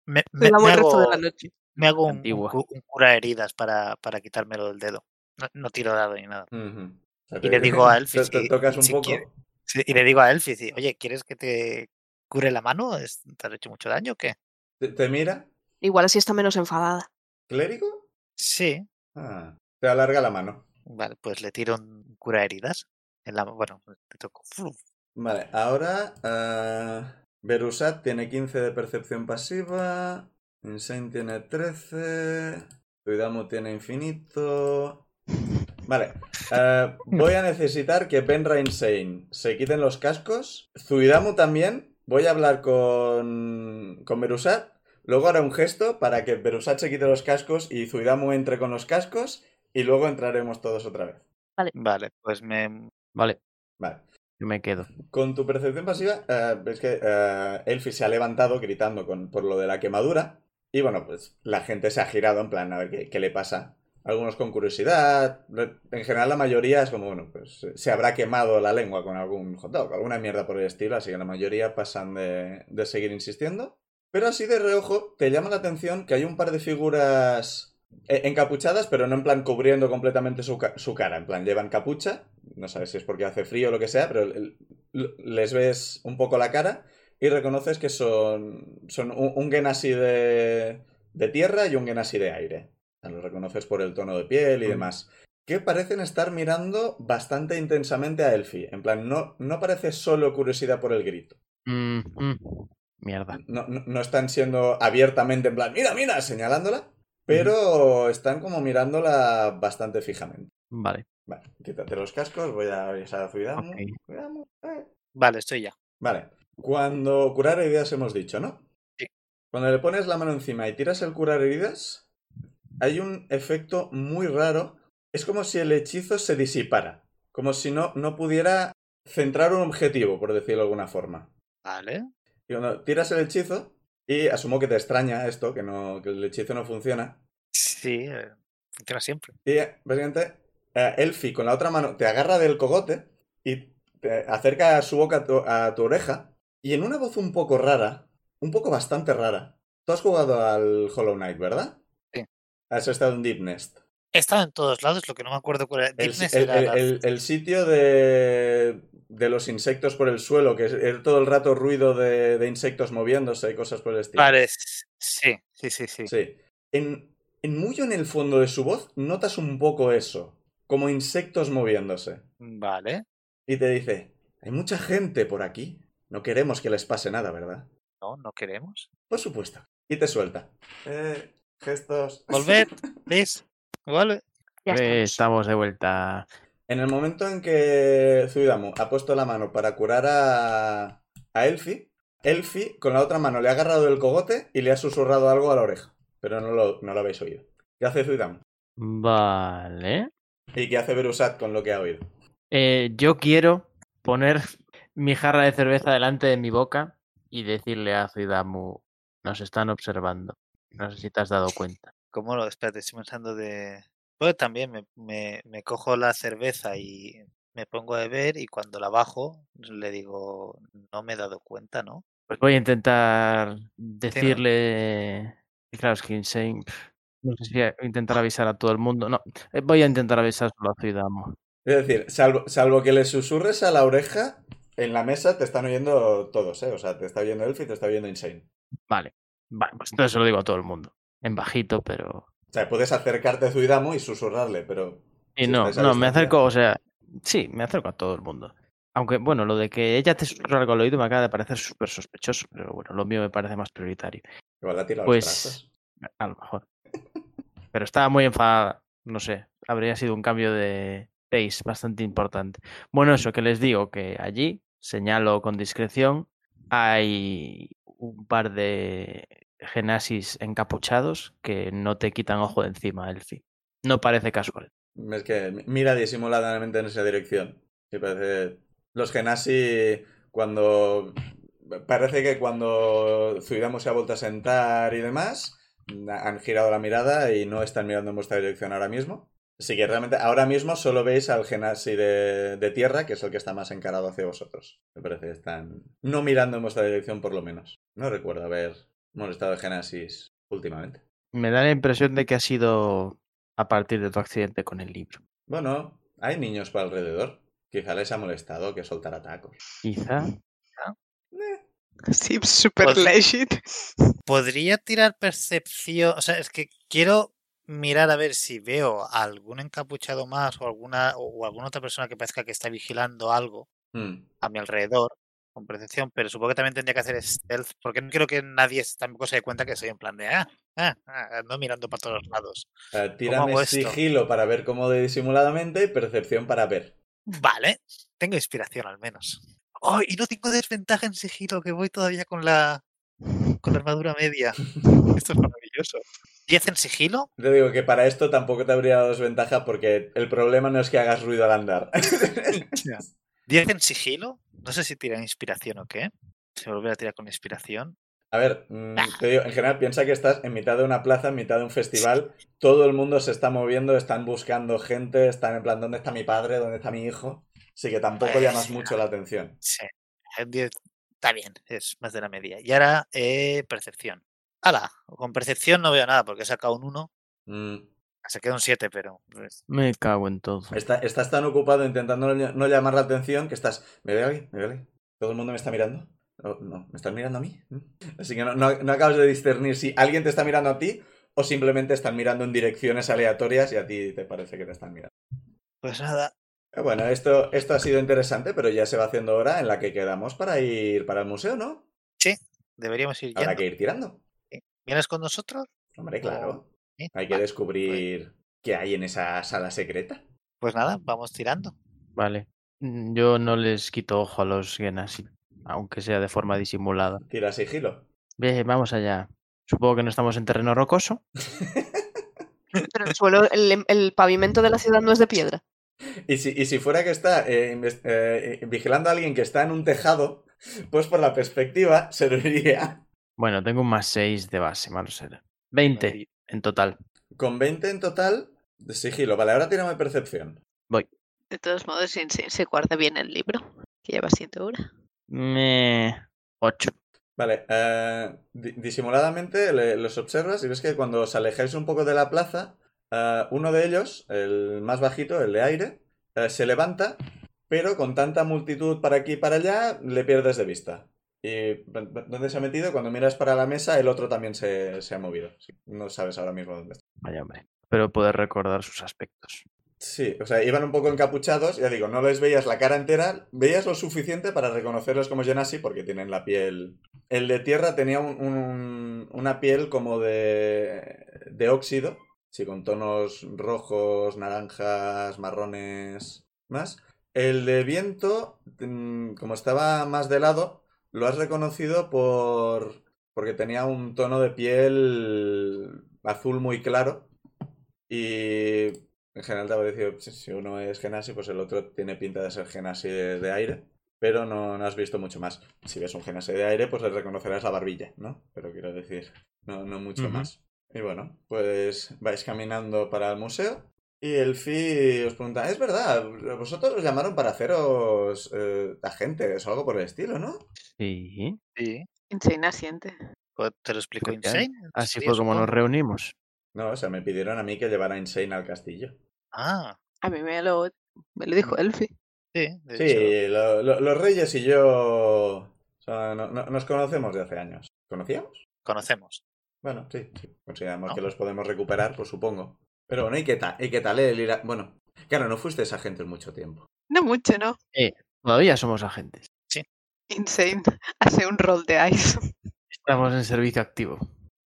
Me, me- Cuidamos me el resto de hago, la noche. me hago un, un Antigua. cu- un cura heridas para, para quitármelo del dedo. No, no tiro dado ni nada. Ujú. O sea, Y le digo a Elfi te- te si- tocas un si poco. quiere. Sí, Y le digo a Elfi, sí, oye, ¿quieres que te cure la mano? ¿Es- ¿Te has hecho mucho daño o qué? ¿Te, te mira? Igual así está menos enfadada. ¿Clérigo? Sí. Ah, te alarga la mano. Vale, pues le tiro un cura heridas. En la, bueno, te toco. Fuf. Vale, ahora. ah, Berusat tiene 15 de percepción pasiva. Insane tiene 13. Zuidamo tiene infinito. Vale, ah, voy a necesitar que Benra e Insane se quiten los cascos. Zuidamo también. Voy a hablar con, con Berusat. Luego haré un gesto para que Berusat se quite los cascos y Zuidamo entre con los cascos. Y luego entraremos todos otra vez. Vale, pues me. Vale, Vale. yo me quedo. Con tu percepción pasiva, eh, ves que eh, Elfi se ha levantado gritando con, por lo de la quemadura. Y bueno, pues la gente se ha girado en plan a ver qué, qué le pasa. Algunos con curiosidad. re- En general, la mayoría es como, bueno, pues se- se habrá quemado la lengua con algún hot dog, alguna mierda por el estilo. Así que la mayoría pasan de, de seguir insistiendo. Pero así de reojo, te llama la atención que hay un par de figuras eh, encapuchadas, pero no en plan cubriendo completamente su, ca- su cara. En plan, llevan capucha. No sabes si es porque hace frío o lo que sea, pero el- l- les ves un poco la cara y reconoces que son, son un, un genasi de, de tierra y un genasi de aire. O sea, Los reconoces por el tono de piel y Mm. demás. Que parecen estar mirando bastante intensamente a Elfi. En plan, no, no parece solo curiosidad por el grito. Mm, mm, Mierda. No, no- no están siendo abiertamente en plan, mira, mira, Mm. señalándola. Pero están como mirándola bastante fijamente. Vale, Vale, quítate los cascos, voy a avisar a Zuidamu. Ok. Zuidamu, eh. Vale, estoy ya. Vale. Cuando curar heridas hemos dicho, ¿no? Sí. Cuando le pones la mano encima y tiras el curar heridas, hay un efecto muy raro. Es como si el hechizo se disipara. Como si no, no pudiera centrar un objetivo, por decirlo de alguna forma. Vale. Y cuando tiras el hechizo, y asumo que te extraña esto, que, no, que el hechizo no funciona, Sí, eh, funciona siempre. y eh, básicamente, eh, Elfi con la otra mano te agarra del cogote y te acerca su boca a tu, a tu oreja. Y en una voz un poco rara, un poco bastante rara. Tú has jugado al Hollow Knight, ¿verdad? Sí. Has estado en Deep Nest. He estado en todos lados, lo que no me acuerdo cuál era. El, Deepness el- era el- la- el- el sitio de, de los insectos por el suelo, que es, es todo el rato ruido de, de insectos moviéndose y cosas por el estilo. Vale, sí, sí, sí, sí. Sí. En, en muy en el fondo de su voz notas un poco eso, como insectos moviéndose. Vale. Y te dice, hay mucha gente por aquí. No queremos que les pase nada, ¿verdad? No, no queremos. Por supuesto. Y te suelta. Eh, gestos. Volver, please. Vale. Ya Eh, Pues estamos. estamos de vuelta. En el momento en que Zuidamu ha puesto la mano para curar a, a Elfi, Elfi con la otra mano le ha agarrado el cogote y le ha susurrado algo a la oreja. Pero no lo, no lo habéis oído. ¿Qué hace Zuidamu? Vale. ¿Y qué hace Berusat con lo que ha oído? Eh, yo quiero poner mi jarra de cerveza delante de mi boca y decirle a Zuidamu, nos están observando. No sé si te has dado cuenta. ¿Cómo lo? Espérate, estoy pensando de. Pues también me, me- me cojo la cerveza y me pongo a beber y cuando la bajo le digo, no me he dado cuenta, ¿no? Pues voy a intentar decirle... y Claro, es que Insane... pf, No sé si a- intentar avisar a todo el mundo. No, eh, voy a intentar avisar solo a Zuidamu. Es decir, salvo, salvo que le susurres a la oreja, en la mesa te están oyendo todos, ¿eh? O sea, te está oyendo Elfi y te está oyendo Insane. Vale. Vale, pues entonces se lo digo a todo el mundo. En bajito, pero... O sea, puedes acercarte a Zuidamu y susurrarle, pero... Y si no, estáis a no, me distancia. acerco, o sea, sí, me acerco a todo el mundo. Aunque, bueno, lo de que ella te susurra algo al oído me acaba de parecer súper sospechoso, pero bueno, lo mío me parece más prioritario, Igual la tira a los Pues- trastos. a lo mejor. Pero estaba muy enfadada, no sé, habría sido un cambio de pace bastante importante. Bueno, eso que les digo, que allí, señalo con discreción, hay un par de genasis encapuchados que no te quitan ojo de encima, Elfi. No parece casual. Es que mira disimuladamente en esa dirección. Sí, parece... Los Genasi, cuando... Parece que cuando Zuidamu se ha vuelto a sentar y demás, han girado la mirada y no están mirando en vuestra dirección ahora mismo. Así que realmente ahora mismo solo veis al Genasi de, de tierra, que es el que está más encarado hacia vosotros. Me parece que están no mirando en vuestra dirección por lo menos. No recuerdo haber molestado a Genasis últimamente. Me da la impresión de que ha sido a partir de tu accidente con el libro. Bueno, hay niños para alrededor. Quizá les ha molestado que soltara tacos. Eh. Quizá. Seems super Pues- legit. Podría tirar percepción, o sea, es que quiero mirar a ver si veo a algún encapuchado más o alguna o o alguna otra persona que parezca que está vigilando algo Hmm. a mi alrededor con percepción, pero supongo que también tendría que hacer stealth porque no quiero que nadie se- tampoco se dé cuenta que soy en plan de ah, ah, ah, ando mirando para todos lados. Eh, tírame hago esto? sigilo para ver cómo de disimuladamente y percepción para ver. Vale, tengo inspiración al menos. Oh, y no tengo desventaja en sigilo que voy todavía con la con la armadura media. Esto es maravilloso. 10 en sigilo Te digo que para esto tampoco te habría dado desventaja porque el problema no es que hagas ruido al andar. 10 en sigilo. No sé si tira inspiración o qué. Se volver a tirar con inspiración. A ver, mm, te digo, en general piensa que estás en mitad de una plaza, en mitad de un festival, todo el mundo se está moviendo, están buscando gente, están en plan, ¿dónde está mi padre? ¿Dónde está mi hijo? Así que tampoco llamas mucho la atención. Sí. eh, 10 Está bien, es más de la media. Y ahora, eh, percepción. ¡Hala! Con percepción no veo nada porque he sacado un 1. Mm. Se queda un 7, pero. pues, Me cago en todo. Está- estás tan ocupado intentando no no llamar la atención que estás. ¿Me ve alguien? ¿Me ve alguien? ¿Todo el mundo me está mirando? No, no, ¿me están mirando a mí? ¿Mm? Así que no, no- no acabas de discernir si alguien te está mirando a ti o simplemente están mirando en direcciones aleatorias y a ti te parece que te están mirando. Pues nada. Eh, Bueno, esto, esto ha sido interesante, pero ya se va haciendo hora en la que quedamos para ir para el museo, ¿no? Deberíamos ir Habrá yendo. que ir tirando. ¿Vienes con nosotros? Hombre, claro. Sí, Hay que vale, descubrir qué hay en esa sala secreta. Pues nada, Mm. vamos tirando. Vale. Mm, Yo no les quito ojo a los Genasi, aunque sea de forma disimulada. Tira sigilo. Bien, vamos allá. Supongo que no estamos en terreno rocoso. Pero el suelo, el, el pavimento de la ciudad no es de piedra. Y si, y si fuera que está eh, inves- eh, eh, vigilando a alguien que está en un tejado, pues por la perspectiva serviría. Bueno, tengo un más 6 de base, malo será. 20 en total. Con 20 en total de sigilo. Vale, ahora tírame percepción. De todos modos, Insane se guarda bien el libro, que lleva siendo hora. Me... 8. Vale, eh, di- disimuladamente le- los observas y ves que cuando os alejáis un poco de la plaza, Ah, uno de ellos, el más bajito, el de aire, eh, se levanta, pero con tanta multitud para aquí y para allá, le pierdes de vista. ¿Y dónde se ha metido? Cuando miras para la mesa, el otro también se, se ha movido. No sabes ahora mismo dónde está. Vaya hombre. Pero poder recordar sus aspectos. Sí, o sea, iban un poco encapuchados, ya digo, no les veías la cara entera, veías lo suficiente para reconocerlos como Genasi porque tienen la piel... El de tierra tenía un- un- una piel como de, de óxido, sí, con tonos rojos, naranjas, marrones, más. El de viento, mm, como estaba más de lado, lo has reconocido por... porque tenía un tono de piel azul muy claro y en general te habré dicho, si uno es genasi, pues el otro tiene pinta de ser genasi de, de aire, pero no, no has visto mucho más. Si ves un genasi de aire, pues le reconocerás la barbilla, ¿no? Pero quiero decir, no, no mucho Ujú. más. Y bueno, pues vais caminando para el museo y el Fi os pregunta, es verdad, vosotros os llamaron para haceros eh, agentes o algo por el estilo, ¿no? Sí. Sí. Insane asiente. Pues te lo explico Creo que Insane. en Así su día, fue como nos supongo. reunimos. No, o sea, me pidieron a mí que llevara a Insane al castillo. Ah, A mí me lo, me lo dijo Elfi. sí, de hecho. Sí, lo- lo- los reyes y yo o sea, no- no- nos conocemos de hace años. ¿Conocíamos? Conocemos. Bueno, sí, sí. Consideramos No. que los podemos recuperar, pues supongo. Pero bueno, ¿y qué tal? ¿Y qué tal el ir a- Bueno, claro, no fuiste esa gente en mucho tiempo. No mucho, ¿no? Todavía somos agentes. Insane. Hace un roll de ice. Estamos en servicio activo.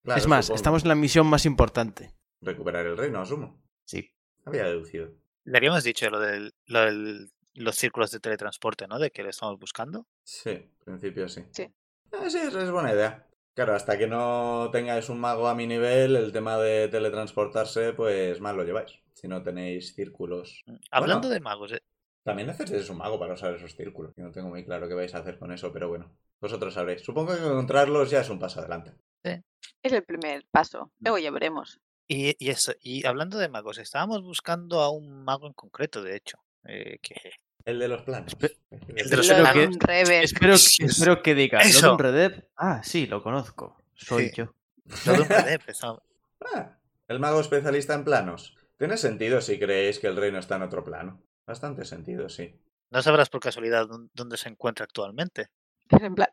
Claro, es más, supongo. estamos en la misión más importante. Recuperar el reino, asumo. Sí. Había deducido. Le habíamos dicho lo del, lo del- los círculos de teletransporte, ¿no? De que le estamos buscando. Sí, en principio sí. Sí. Ah, sí, es, es buena idea. Claro, hasta que no tengáis un mago a mi nivel, el tema de teletransportarse, pues mal lo lleváis. Si no tenéis círculos. Hablando de magos, eh, También necesitáis un mago para usar esos círculos. Yo no tengo muy claro qué vais a hacer con eso, pero bueno. Vosotros sabréis. Supongo que encontrarlos ya es un paso adelante. Es el primer Mm. paso. Luego ya veremos. y, y eso, y hablando de magos, estábamos buscando a un mago en concreto, de hecho. eh, que El de los planos. Espe- El de los Espero Lo que- de un rebel. Espero, Eso. espero que diga. Eso. Lodun Redep. Ah, sí, lo conozco. Soy Sí. yo. lo de un adep, eso- Ah, el mago especialista en planos. Tiene sentido si creéis que el reino está en otro plano. Bastante sentido, sí. No sabrás por casualidad dón- dónde se encuentra actualmente. En plan,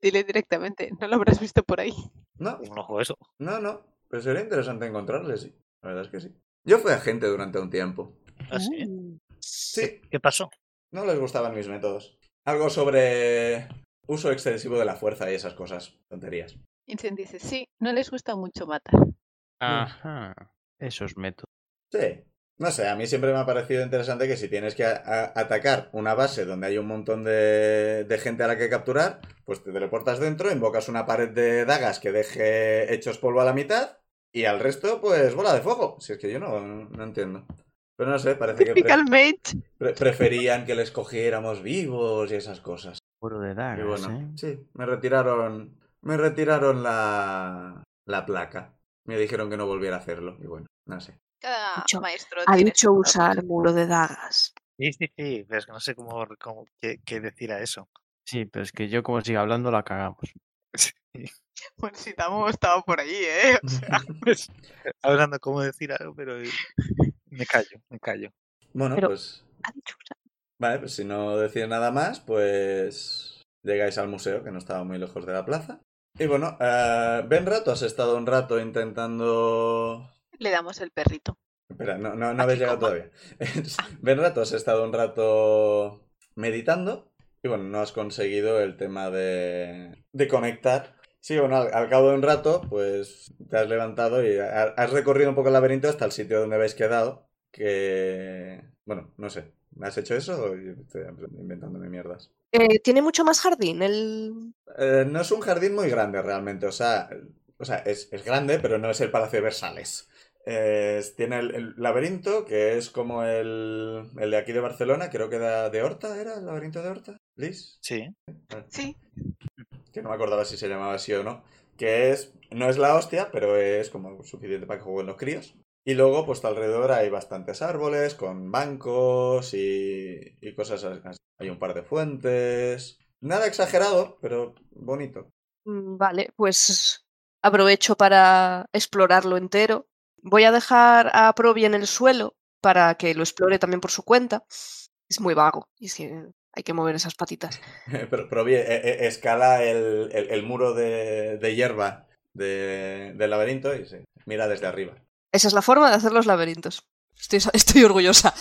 dile directamente, no lo habrás visto por ahí. No, Un ojo eso. no, no. Pero sería interesante encontrarle, sí. La verdad es que sí. Yo fui agente durante un tiempo. Así, ¿eh? Mm. Sí, ¿Qué pasó? no les gustaban mis métodos. Algo sobre uso excesivo de la fuerza y esas cosas. Tonterías. Insane dice, sí, no les gusta mucho matar. Ajá. Esos métodos. Sí. No sé, a mí siempre me ha parecido interesante que si tienes que a- a- atacar una base donde hay un montón de, de gente a la que capturar, pues te teleportas dentro, invocas una pared de dagas que deje hechos polvo a la mitad y al resto, pues bola de fuego. Si es que yo no, no entiendo. Pero no sé, parece que pre- Typical mage. pre- preferían que les cogiéramos vivos y esas cosas. Puro de Y dagas, bueno, ¿eh? sí, me retiraron, me retiraron la, la placa. Me dijeron que no volviera a hacerlo y bueno, no sé. Cada Mucho. maestro Ha tiene dicho su usar propio- muro de dagas. Sí, sí, sí, pero es que no sé cómo, cómo- qué, qué decir a eso. Sí, pero es que yo como siga hablando la cagamos. Bueno, Pues si Damo estaba por ahí, ¿eh? O sea, pues, Hablando cómo decir algo, pero eh, me callo, me callo. Bueno, Pero- pues Ha dicho usar. Vale, pues si no decís nada más, pues llegáis al museo, que no estaba muy lejos de la plaza. Y bueno, eh, Benra, tú has estado un rato intentando... Le damos el perrito. Espera, no, no, no A habéis que llegado coma. todavía. Benra, tú has estado un rato meditando y bueno, no has conseguido el tema de, de conectar. Sí, bueno, al, al cabo de un rato, pues te has levantado y ha- has recorrido un poco el laberinto hasta el sitio donde habéis quedado, que... Bueno, no sé. ¿Has hecho eso o yo estoy inventándome mierdas? Eh, Tiene mucho más jardín el. Eh, no es un jardín muy grande realmente, o sea, o sea es, es grande, pero no es el Palacio de Versales. Es- tiene el, el laberinto, que es como el, el de aquí de Barcelona, creo que da de Horta, ¿era el laberinto de Horta? ¿Liz? Sí, sí. Que no me acordaba si se llamaba así o no. Que es, no es la hostia, pero es como suficiente para que jueguen los críos. Y luego, pues alrededor hay bastantes árboles con bancos y, y cosas así. Hay un par de fuentes. Nada exagerado, pero bonito. Mm, Vale, pues aprovecho para explorarlo entero Voy a dejar a Probi en el suelo para que lo explore también por su cuenta. Es muy vago y sí, hay que mover esas patitas. Pero, pero bien, eh, eh, escala el, el- el muro de, de hierba de- del laberinto y se mira desde arriba. Esa es la forma de hacer los laberintos. Estoy, estoy orgullosa.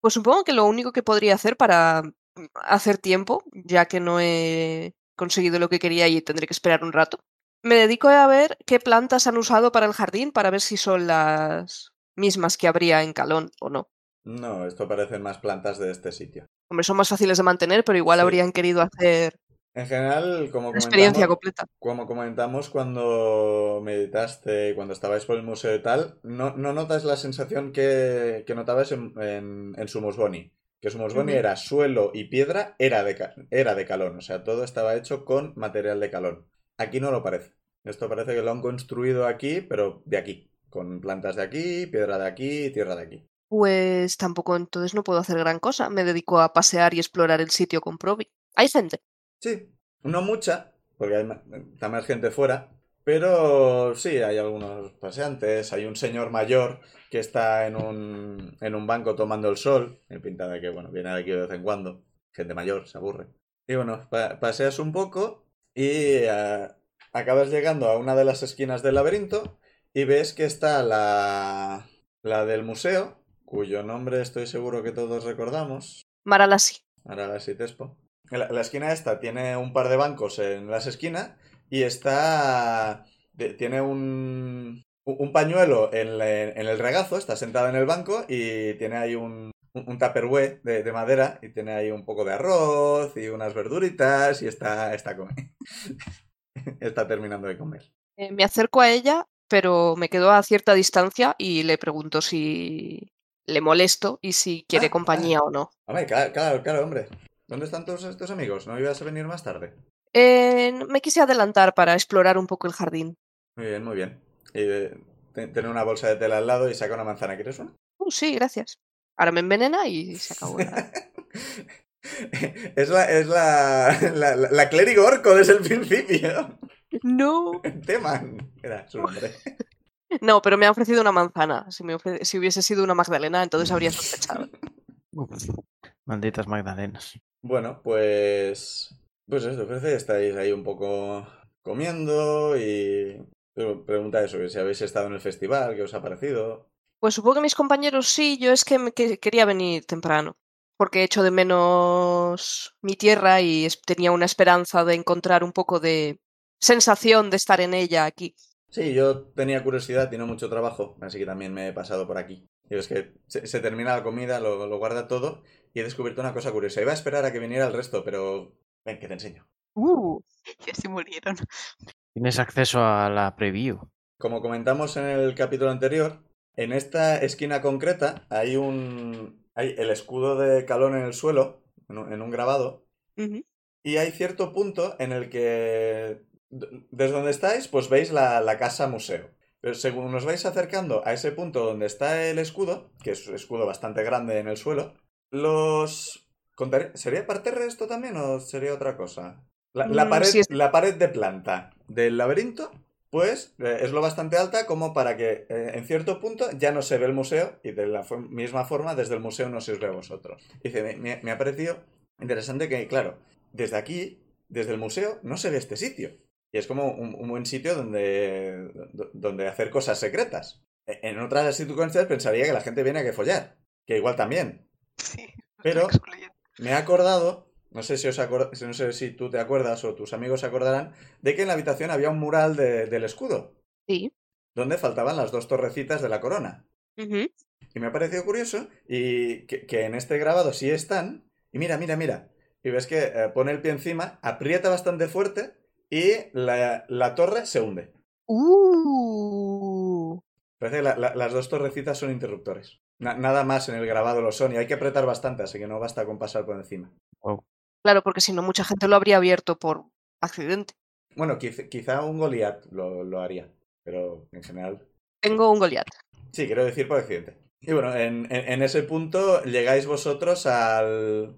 Pues supongo que lo único que podría hacer para mm, hacer tiempo, ya que no he conseguido lo que quería y tendré que esperar un rato, me dedico a ver qué plantas han usado para el jardín para ver si son las mismas que habría en Calón o no. No, esto parecen más plantas de este sitio. Hombre, son más fáciles de mantener, pero igual Sí. habrían querido hacer En general, como una experiencia comentamos, completa. como comentamos cuando meditaste, cuando estabais por el museo y tal, no, no notas la sensación que, que notabas en, en, en Sumusboni. Que Sumusboni Ujú. era suelo y piedra, era de, ca- era de calón. O sea, todo estaba hecho con material de calón. Aquí no lo parece. Esto parece que lo han construido aquí, pero de aquí. Con plantas de aquí, piedra de aquí, y tierra de aquí. Pues tampoco entonces no puedo hacer gran cosa. Me dedico a pasear y explorar el sitio con Probi. Hay gente. Sí, no mucha, porque hay ma- está más gente fuera, pero sí, hay algunos paseantes, hay un señor mayor que está en un, en un banco tomando el sol, en pinta de que, bueno, viene aquí de vez en cuando, gente mayor, se aburre. Y bueno, pa- paseas un poco y eh, acabas llegando a una de las esquinas del laberinto y ves que está la, la del museo, cuyo nombre estoy seguro que todos recordamos, Maralasi. Ahora la Sitespo. La, la esquina esta tiene un par de bancos en las esquinas y está. de- Tiene un, un pañuelo en, la- en el regazo, está sentada en el banco y tiene ahí un, un, un tupperware de, de madera y tiene ahí un poco de arroz y unas verduritas y está, está comiendo. está terminando de comer. Eh, me acerco a ella, pero me quedo a cierta distancia y le pregunto si le molesto y si quiere Ah, compañía o no. Hombre, claro, claro, claro, hombre. ¿Dónde están todos estos amigos? ¿No ibas a venir más tarde? Eh, me quise adelantar para explorar un poco el jardín. Muy bien, muy bien. Y, eh, te- tiene una bolsa de tela al lado y saca una manzana. ¿Quieres una? Uh, sí, gracias. Ahora me envenena y se acabó. la- es la, es la, la, la- la clérigo orco desde el principio. No. Teman era su nombre. No, pero me ha ofrecido una manzana. Si, me ofre- si hubiese sido una Magdalena, entonces habría sospechado. Malditas Magdalenas. Bueno, pues. Pues eso, parece que estáis ahí un poco comiendo y. pero Pregunta eso, que si habéis estado en el festival, ¿qué os ha parecido? Pues supongo que mis compañeros sí, yo es que, me que- quería venir temprano, porque echo de menos mi tierra y es- tenía una esperanza de encontrar un poco de sensación de estar en ella aquí. Sí, yo tenía curiosidad y no mucho trabajo, así que también me he pasado por aquí. Y es que se, se termina la comida, lo, lo guarda todo y he descubierto una cosa curiosa. Iba a esperar a que viniera el resto, pero ven, que te enseño. Uh. Y así murieron. Tienes acceso a la preview. Como comentamos en el capítulo anterior, en esta esquina concreta hay un. hay el escudo de Calón en el suelo, en un, en un grabado, Ujú. y hay cierto punto en el que. d- Desde donde estáis, pues veis la, la casa museo. Pero según nos vais acercando a ese punto donde está el escudo, que es un escudo bastante grande en el suelo, los. contaré- ¿Sería parte de esto también o sería otra cosa? La, la Mm, pared, sí, es- la pared de planta del laberinto pues eh, es lo bastante alta como para que eh, en cierto punto ya no se ve el museo y de la fo- misma forma desde el museo no se os ve a vosotros. Dice, me, me- me ha parecido interesante que, claro, desde aquí, desde el museo, no se ve este sitio. Y es como un, un buen sitio donde, do- donde hacer cosas secretas. E- En otras circunstancias pensaría que la gente viene a que follar, que igual también. Sí, Pero- excluyente. Me he acordado, no sé si os acor- no sé si tú te acuerdas o tus amigos se acordarán, de que en la habitación había un mural de- del escudo Sí. donde faltaban las dos torrecitas de la corona. Ujú. Y me ha parecido curioso y que, que en este grabado sí están. Y mira, mira, mira. Y ves que eh, pone el pie encima, aprieta bastante fuerte y la, la torre se hunde. Uh. Parece que la- la- las dos torrecitas son interruptores. Na- nada más en el grabado lo son y hay que apretar bastante, así que no basta con pasar por encima. Claro, porque si no, mucha gente lo habría abierto por accidente. Bueno, quiz- quizá un Goliath lo, lo haría, pero en general Tengo un Goliat. Sí, quiero decir por accidente. Y bueno, en, en- en ese punto llegáis vosotros al,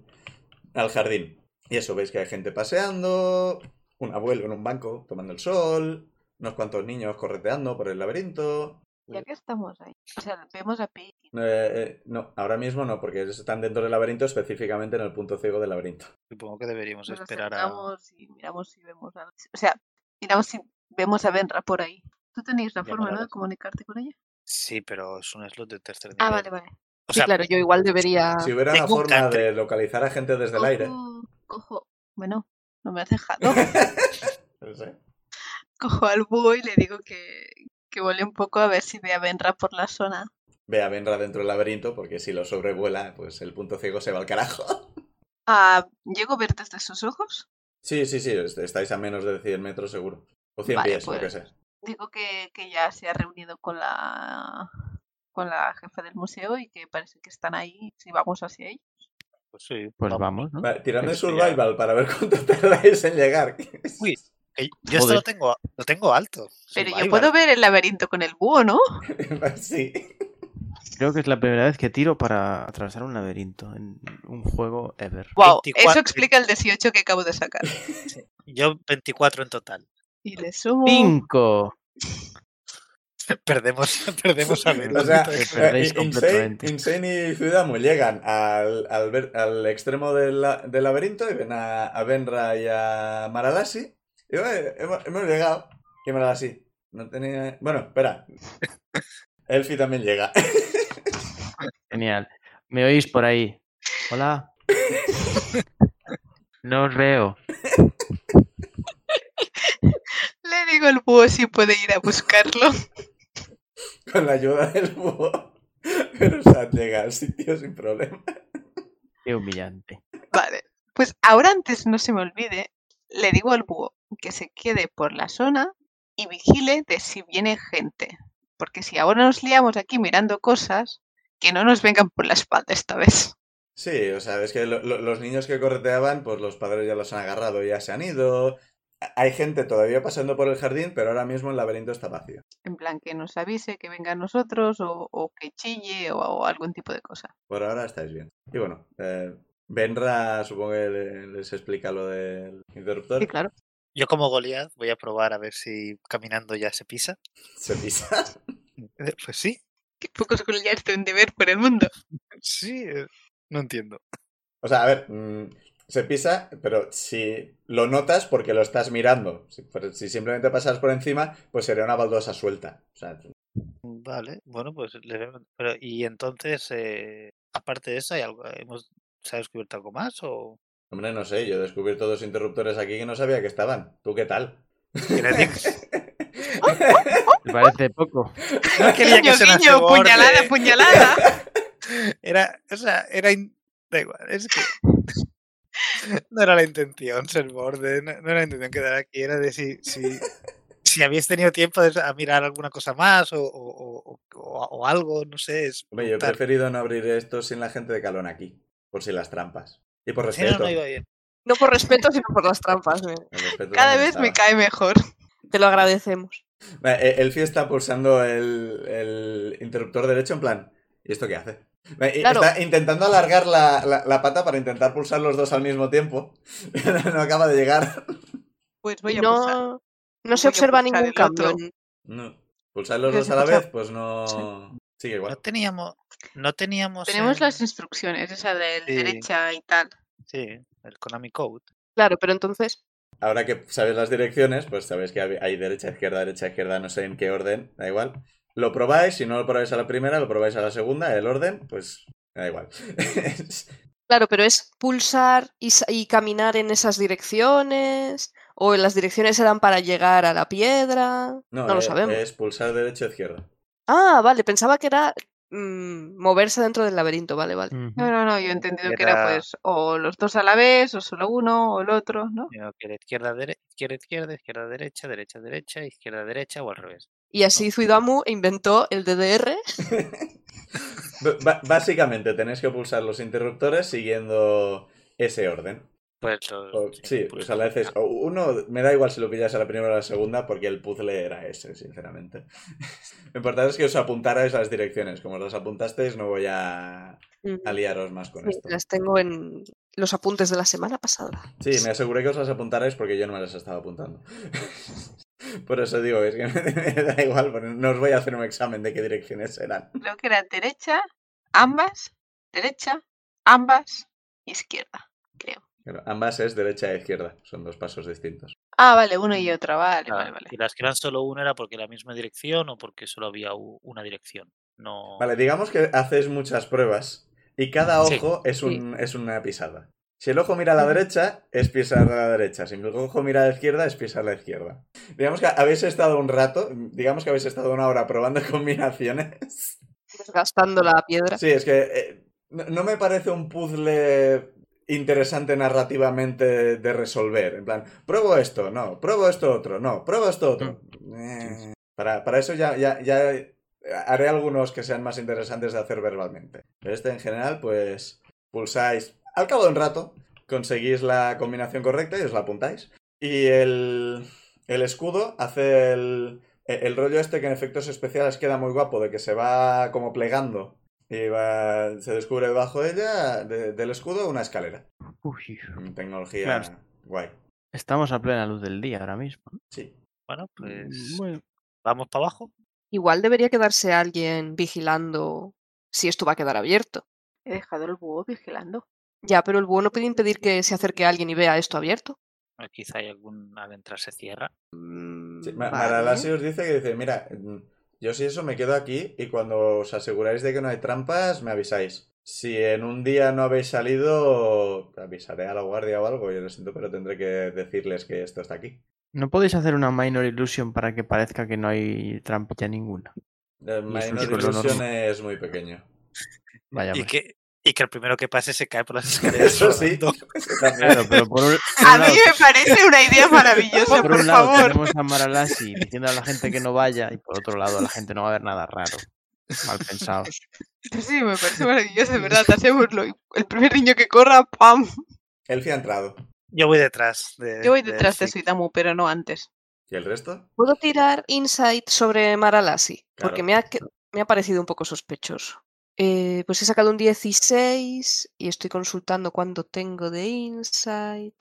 al jardín. Y eso, veis que hay gente paseando, un abuelo en un banco tomando el sol, unos cuantos niños correteando por el laberinto, Ya que estamos ahí. O sea, vemos a Pete. Eh, eh, no, ahora mismo no, porque están dentro del laberinto, específicamente en el punto ciego del laberinto. Supongo que deberíamos Nos esperar a. acercamos y miramos si vemos algo. O sea, miramos si vemos a Benra por ahí. Tú tenéis la Ya, forma, vale, ¿no? De vale. comunicarte con ella. Sí, pero es un slot de tercer nivel. Ah, vale, vale. O Sí, sea, pues, claro, yo igual debería. Si hubiera una tengo un forma cancre. de localizar a gente desde el aire. Cojo- Cojo. Bueno, no me has dejado. No sé. Cojo al búho y le digo que, que vuele un poco a ver si ve a Benra por la zona. Ve a Benra dentro del laberinto, porque si lo sobrevuela, pues el punto ciego se va al carajo. Ah, ¿Llego a ver desde sus ojos? Sí, sí, sí, est- estáis a menos de 100 metros seguro. O 100 Vale, pies, lo que pues. sea. Digo que, que ya se ha reunido con la con la jefa del museo y que parece que están ahí si vamos hacia ahí. pues sí, Pues vamos. vamos, ¿no? Vale, tirando Hay de que tirar. survival para ver cuánto tardáis en llegar. Uy. Que Yo esto Joder. lo tengo, lo tengo alto. Pero yo Survival. puedo ver el laberinto con el búho, ¿no? sí. Creo que es la primera vez que tiro para atravesar un laberinto en un juego ever. Wow, 24. eso explica el 18 que acabo de sacar. Yo 24 en total. Y le Oh. sumo. ¡Cinco! Perdemos, perdemos a ver. O sea, Te eh, perdéis Insane, completamente. Insane y Zuidamu llegan al, al ver- al extremo del, la- del laberinto y ven a, a Benra y a Maralasi. Y bueno, hemos, hemos llegado. Y Maralasi, no tenía... Bueno, espera. Elfi también llega. Genial. ¿Me oís por ahí? Hola. No os veo. Le digo al búho si puede ir a buscarlo. Con la ayuda del búho. Pero Sat llega al sitio sin problema. Qué humillante. Vale. Pues ahora antes no se me olvide, le digo al búho que se quede por la zona y vigile de si viene gente. Porque si ahora nos liamos aquí mirando cosas, que no nos vengan por la espalda esta vez. Sí, o sea, es que lo- lo- los niños que correteaban, pues los padres ya los han agarrado, ya se han ido. A- Hay gente todavía pasando por el jardín, pero ahora mismo el laberinto está vacío. En plan, que nos avise, que venga a nosotros o, o que chille o, o algún tipo de cosa. Por ahora estáis bien. Y bueno, eh, Benra supongo que le- les explica lo del interruptor. Sí, claro. Yo como Goliath voy a probar a ver si caminando ya se pisa. Se pisa. Eh, Pues sí, Qué pocos goliaths deben de ver por el mundo. sí. eh, No entiendo. O sea, a ver, mm, se pisa, pero si lo notas porque lo estás mirando. Si, pero si simplemente pasas por encima, pues sería una baldosa suelta. O sea, Vale, bueno, pues le veo- pero y entonces eh, aparte de eso hay algo hemos se ha descubierto algo más o hombre, no sé, yo he descubierto dos interruptores aquí que no sabía que estaban. ¿Tú qué tal? Quiero decir, Me parece poco. no quería que Guiño, se nos guiño, aborde. puñalada, puñalada. Era, o sea, era in- da igual, es que no era la intención ser borde, no, no era la intención quedar aquí, era de si, si, si habéis tenido tiempo de- a mirar alguna cosa más o, o- o- o- o- o algo, no sé, es Hombre, yo he preguntar. preferido no abrir esto sin la gente de Calón aquí, por si las trampas. Y por Sí, no, respeto. no iba bien. No por respeto, sino por las trampas. eh. El respeto Cada también vez me estaba. cae mejor. Te lo agradecemos. Va, e- Elfi está pulsando el, el interruptor derecho en plan. ¿Y esto qué hace? Va, y Claro. Está intentando alargar la, la- la pata para intentar pulsar los dos al mismo tiempo. no acaba de llegar. Pues voy Y a pulsar. no, no se Voy a observa pulsar ningún el otro. cambio. en- No. Pulsar los Yo dos sí a la pulsa- vez, pues no. Sigue No igual. teníamos, no teníamos Tenemos el- las instrucciones, esa de Sí. derecha y tal. sí, el Konami Code. Claro, pero entonces. Ahora que sabéis las direcciones, pues sabéis que hab- hay derecha, izquierda, derecha, izquierda, no sé en qué orden, da igual. Lo probáis, si no lo probáis a la primera, lo probáis a la segunda, el orden, pues da igual. Claro, pero es pulsar y, sa- y caminar en esas direcciones. O las direcciones eran para llegar a la piedra. No, lo eh, sabemos. Es pulsar derecha, izquierda. Ah, vale, pensaba que era mm, moverse dentro del laberinto. Vale, Mm. vale. No, no, no, yo he entendido que era Era- pues o los dos a la vez, o solo uno, o el otro, ¿no? Sino que era izquierda, dere- izquierda, izquierda, izquierda, derecha, derecha, derecha, izquierda, derecha o al revés. Y así Zuidamu inventó el DDR. B- ba- básicamente tenéis que pulsar los interruptores siguiendo ese orden. Pues los- O- sí, pues, o sea, le haces o uno, me da igual si lo pillas a la primera o a la segunda, porque el puzzle era ese, sinceramente. Lo importante es que os apuntarais las direcciones. Como os las apuntasteis, no voy a, a liaros más con Sí, esto. Las tengo en los apuntes de la semana pasada. Sí, me aseguré que os las apuntarais porque yo no me las estaba apuntando. Por eso digo, es que me da igual, porque no os voy a hacer un examen de qué direcciones serán. Creo que era derecha, ambas, derecha, ambas, izquierda, creo. Pero ambas es derecha e izquierda, son dos pasos distintos. Ah, vale, uno Mm. y otra, vale, vale, Ah, vale. Y las que eran solo una era porque la misma dirección o porque solo había u- una dirección. No. Vale, digamos que haces muchas pruebas y cada Sí. ojo es, un, es una pisada. Si el ojo mira a la derecha, es pisar a la derecha. Si el ojo mira a la izquierda, es pisar a la izquierda. Digamos que habéis estado un rato, digamos que habéis estado una hora probando combinaciones. Desgastando la piedra. Sí, es que eh, no- no me parece un puzzle interesante narrativamente de resolver. En plan, pruebo esto, no, pruebo esto otro, no, pruebo esto otro. Eh, para, para eso ya, ya, ya haré algunos que sean más interesantes de hacer verbalmente. Pero este en general, pues pulsáis. Al cabo de un rato, conseguís la combinación correcta y os la apuntáis. Y el, el escudo hace el, el rollo este que en efectos especiales queda muy guapo, de que se va como plegando y va- se descubre debajo de ella, de- del escudo, una escalera. Uy, Tecnología Claro. guay. estamos a plena luz del día ahora mismo. Sí. Bueno, pues Bueno, vamos para abajo. Igual debería quedarse alguien vigilando si esto va a quedar abierto. He dejado el búho vigilando. Ya, pero el búho no puede impedir que se acerque alguien y vea esto abierto. Eh, Quizá hay algún al entrar se cierra. Sí, Mm, Ma- Maralassi os dice que dice, mira, mm, yo si eso me quedo aquí y cuando os aseguráis de que no hay trampas, me avisáis. Si en un día no habéis salido, avisaré a la guardia o algo, yo lo siento, pero tendré que decirles que esto está aquí. Eh, ¿No podéis hacer una minor illusion para que parezca que no hay trampilla ninguna? Eh, Y es un Minor chico, lo Illusion normal. es muy pequeño. Vaya, Y pues. que, y que el primero que pase se cae por las escaleras. Eso sí. rodando. eso también. Claro, pero por un, por A un mí lado- me parece una idea maravillosa, por por un lado favor. tenemos a Maralassi diciendo a la gente que no vaya y por otro lado la gente no va a ver nada raro. Mal pensado. Sí, me parece maravilloso, de verdad, hacemoslo. Y El primer niño que corra, ¡pam! Elfie ha entrado. Yo voy detrás. de- Yo voy Este, del detrás de Zeke. Suidamu, pero no antes. ¿Y el resto? ¿Puedo tirar insight sobre Maralassi? Porque Claro. me ha, que- me ha parecido un poco sospechoso. Eh, pues he sacado un 16 y estoy consultando cuánto tengo de insight.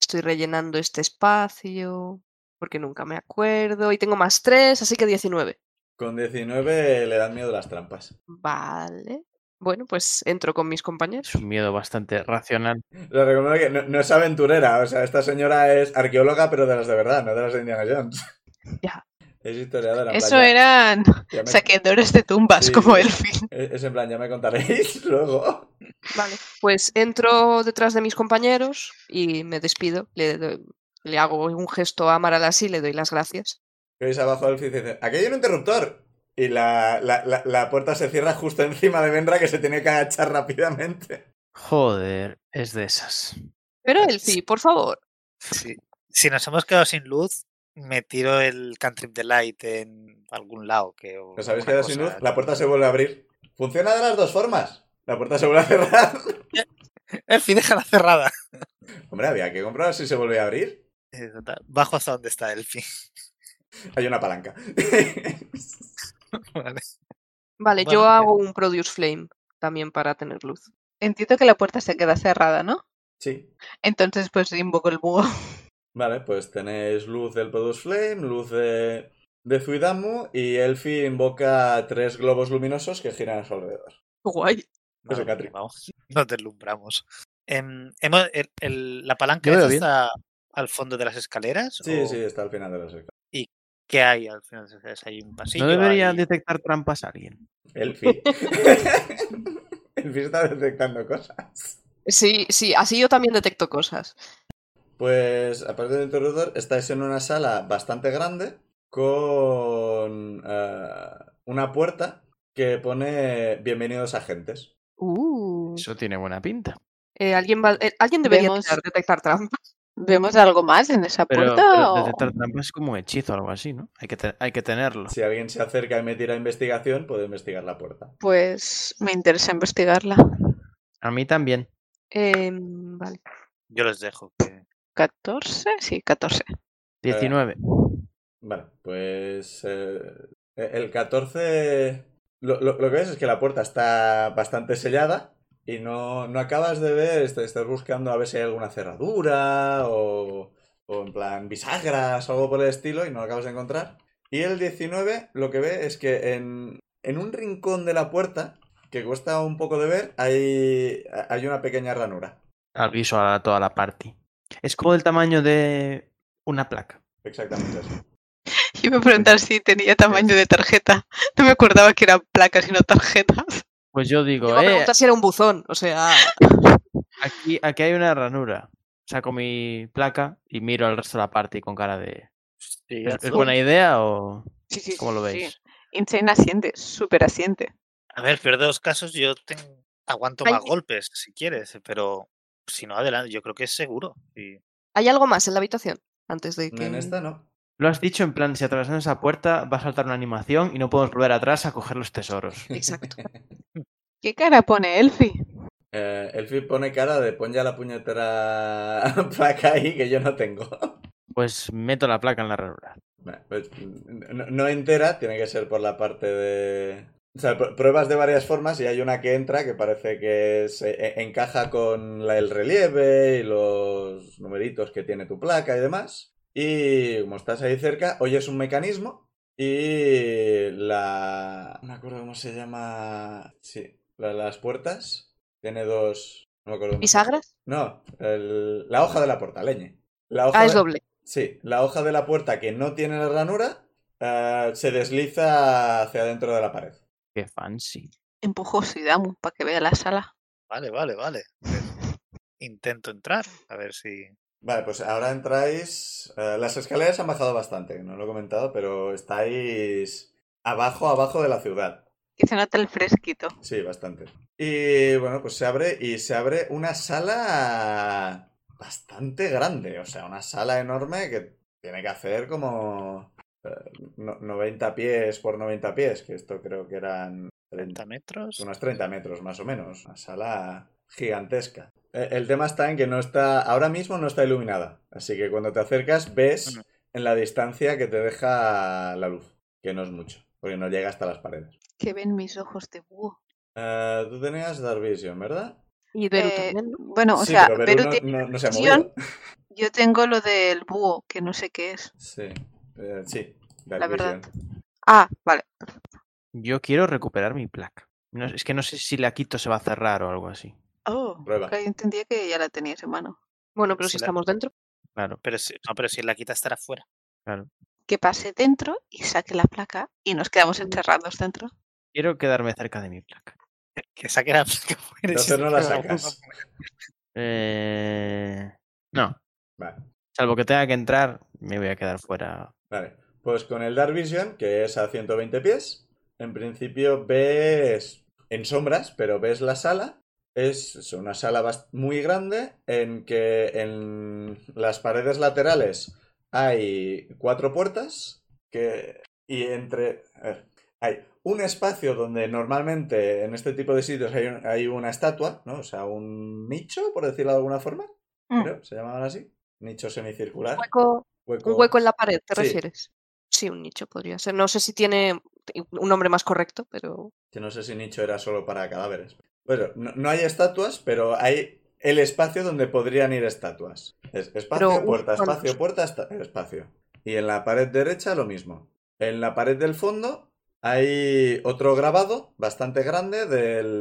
Estoy rellenando este espacio porque nunca me acuerdo. Y tengo más 3, así que 19. Con 19 le dan miedo las trampas. Vale. Bueno, pues entro con mis compañeros. Es un miedo bastante racional. Lo recomiendo que no, no es aventurera, o sea, esta señora es arqueóloga, pero de las de verdad, no de las de Indiana Jones. Ya. Es historiadora. en Eso plan, ya- eran ya me- saqueadores de tumbas, Sí. como el fin. Es en plan, ya me contaréis luego. Vale. Pues entro detrás de mis compañeros y me despido. Le, doy- le hago un gesto a Maralassi y le doy las gracias. Y Veis abajo del edificio y dice, aquí hay un interruptor. Y la, la- la- la puerta se cierra justo encima de Vendra que se tiene que agachar rápidamente. Joder, es de esas. Pero Elfi, por favor. Sí. Si nos hemos quedado sin luz, me tiro el cantrip de light en algún lado. Que, o ¿Os habéis alguna quedado sin luz? cosa. eh. La puerta se vuelve a abrir. Funciona de las dos formas. La puerta se vuelve a cerrar. En fin, déjala cerrada. Hombre, había que comprobar si se vuelve a abrir. Eh, total, Bajo hasta donde está el fin. Hay una palanca. Vale. Vale, Bueno, yo eh. hago un Produce Flame también para tener luz. Entiendo que la puerta se queda cerrada, ¿no? sí. Entonces, pues invoco el búho. Vale, pues tenéis luz del Produce Flame, luz de, de Zuidamu y Elfi invoca tres globos luminosos que giran a su alrededor. Guay. Eso, Madre Catri. mía, vamos, nos deslumbramos. Em, hemos- el- el- la palanca Yo veo esa bien. está al fondo de las escaleras. Sí, o sí, está al final de la escalera. ¿Qué hay al final de las escaleras? ¿Hay un pasillo? ¿No deberían ¿Hay- detectar trampas a alguien? Elfi. Elfi está detectando cosas. Sí, sí, así yo también detecto cosas. Pues, aparte del interruptor, estáis en una sala bastante grande con eh, una puerta que pone bienvenidos agentes. Uh. Eso tiene buena pinta. Eh, alguien, va- eh, alguien debería Vemos- tirar detectar trampa. ¿Vemos algo más en esa Pero, puerta? pero o- detectar trampas es como un hechizo o algo así, ¿no? Hay que, te- hay que tenerlo. Si alguien se acerca y me tira investigación, puedo investigar la puerta. Pues me interesa investigarla. A mí también. Eh, vale. Yo los dejo. que- ¿14? Sí, 14. 19. Vale, pues eh, el 14... Lo, lo- lo que ves es que la puerta está bastante sellada y no, no acabas de ver, est- estás buscando a ver si hay alguna cerradura o, o en plan bisagras o algo por el estilo y no lo acabas de encontrar. Y el 19 lo que ve es que en, en un rincón de la puerta, que cuesta un poco de ver, hay, hay una pequeña ranura. Aviso a toda la party. Es como del tamaño de una placa. Exactamente eso. Yo me preguntar si tenía tamaño de tarjeta. No me acordaba que eran placas y no tarjetas. Pues yo digo, Iba a eh, preguntar si era un buzón, o sea, aquí, aquí hay una ranura. Saco mi placa y miro al resto de la party con cara de... ¿Es, es buena idea o Sí, sí, cómo lo sí, veis? Insane asiente, súper asiente. A ver, peor de los casos, yo ten- aguanto Ay. más golpes si quieres, pero si no, adelante, yo creo que es seguro. y- ¿hay algo más en la habitación? Antes de que... En esta no. Lo has dicho en plan, si atravesamos esa puerta va a saltar una animación y no podemos volver atrás a coger los tesoros. Exacto. ¿Qué cara pone Elfi? Eh, el Phil pone cara de pon ya la puñetera placa ahí que yo no tengo. Pues meto la placa en la ranura. Bueno, pues, no, no entera, tiene que ser por la parte de... O sea, pr- pruebas de varias formas y hay una que entra que parece que se e- encaja con la- el relieve y los numeritos que tiene tu placa y demás. Y como estás ahí cerca, oyes un mecanismo y la... No me acuerdo cómo se llama... Sí, la- las puertas. Tiene dos... No me acuerdo. cómo se llama. ¿Bisagras? No, el- la hoja de la puerta, leñe. La hoja Ah, es de- doble. Sí, la hoja de la puerta que no tiene la ranura eh, se desliza hacia adentro de la pared. Qué fancy. Empujo a Suidamu para que vea la sala. Vale, vale, vale. Pues, Intento entrar, a ver si. Vale, pues ahora entráis. eh, las escaleras han bajado bastante, no lo he comentado, pero estáis abajo, abajo de la ciudad. Que se nota el fresquito. Sí, bastante. Y bueno, pues se abre y se abre una sala bastante grande, o sea, una sala enorme que tiene que hacer como eh, no- 90 pies por 90 pies, que esto creo que eran 30, 30 metros. unos 30 metros más o menos, una sala gigantesca. Eh, El tema está en que no está, ahora mismo no está iluminada, así que cuando te acercas ves Ujú. en la distancia que te deja la luz, que no es mucho, porque no llega hasta las paredes. Que ven mis ojos de búho. Eh, tú tenías Dark Vision, ¿verdad? Y Beru Eh, también, ¿no? Bueno, o sí, sea, pero Beru Beru no, tiene no- no se ha visión. movido. Yo tengo lo del búho, que no sé qué es. Sí, eh, sí, Dark La verdad. Vision. Ah, vale. Yo quiero recuperar mi placa. No- es que no sé si la quito se va a cerrar o algo así. Oh, Prueba. que yo entendía que ya la tenías en mano. Bueno, pero Sí, si la- estamos dentro. Claro. Pero si, no, pero si la quita estará fuera. Que pase dentro y saque la placa y nos quedamos encerrados dentro. Quiero quedarme cerca de mi placa. Que saque la placa fuera. y Entonces se no la queda sacas. uno. Eh, No. Vale. Salvo que tenga que entrar, me voy a quedar fuera. Vale, pues con el Dark Vision, que es a 120 pies, en principio ves en sombras, pero ves la sala. Es es una sala bas- muy grande en que en las paredes laterales hay cuatro puertas que y entre a ver, hay un espacio donde normalmente en este tipo de sitios hay, un- hay una estatua, ¿no? O sea, un nicho, por decirlo de alguna forma. Mm. creo, se llamaban así. Nicho semicircular. Un hueco, un hueco en la pared, ¿te Sí. refieres? Sí, un nicho podría ser. No sé si tiene un nombre más correcto, pero Que no sé si nicho era solo para cadáveres. Bueno, no, no hay estatuas, pero hay el espacio donde podrían ir estatuas. Es- espacio, Pero un- puerta, bueno. pues- espacio, puerta, esta- espacio. Y en la pared derecha lo mismo. En la pared del fondo hay otro grabado bastante grande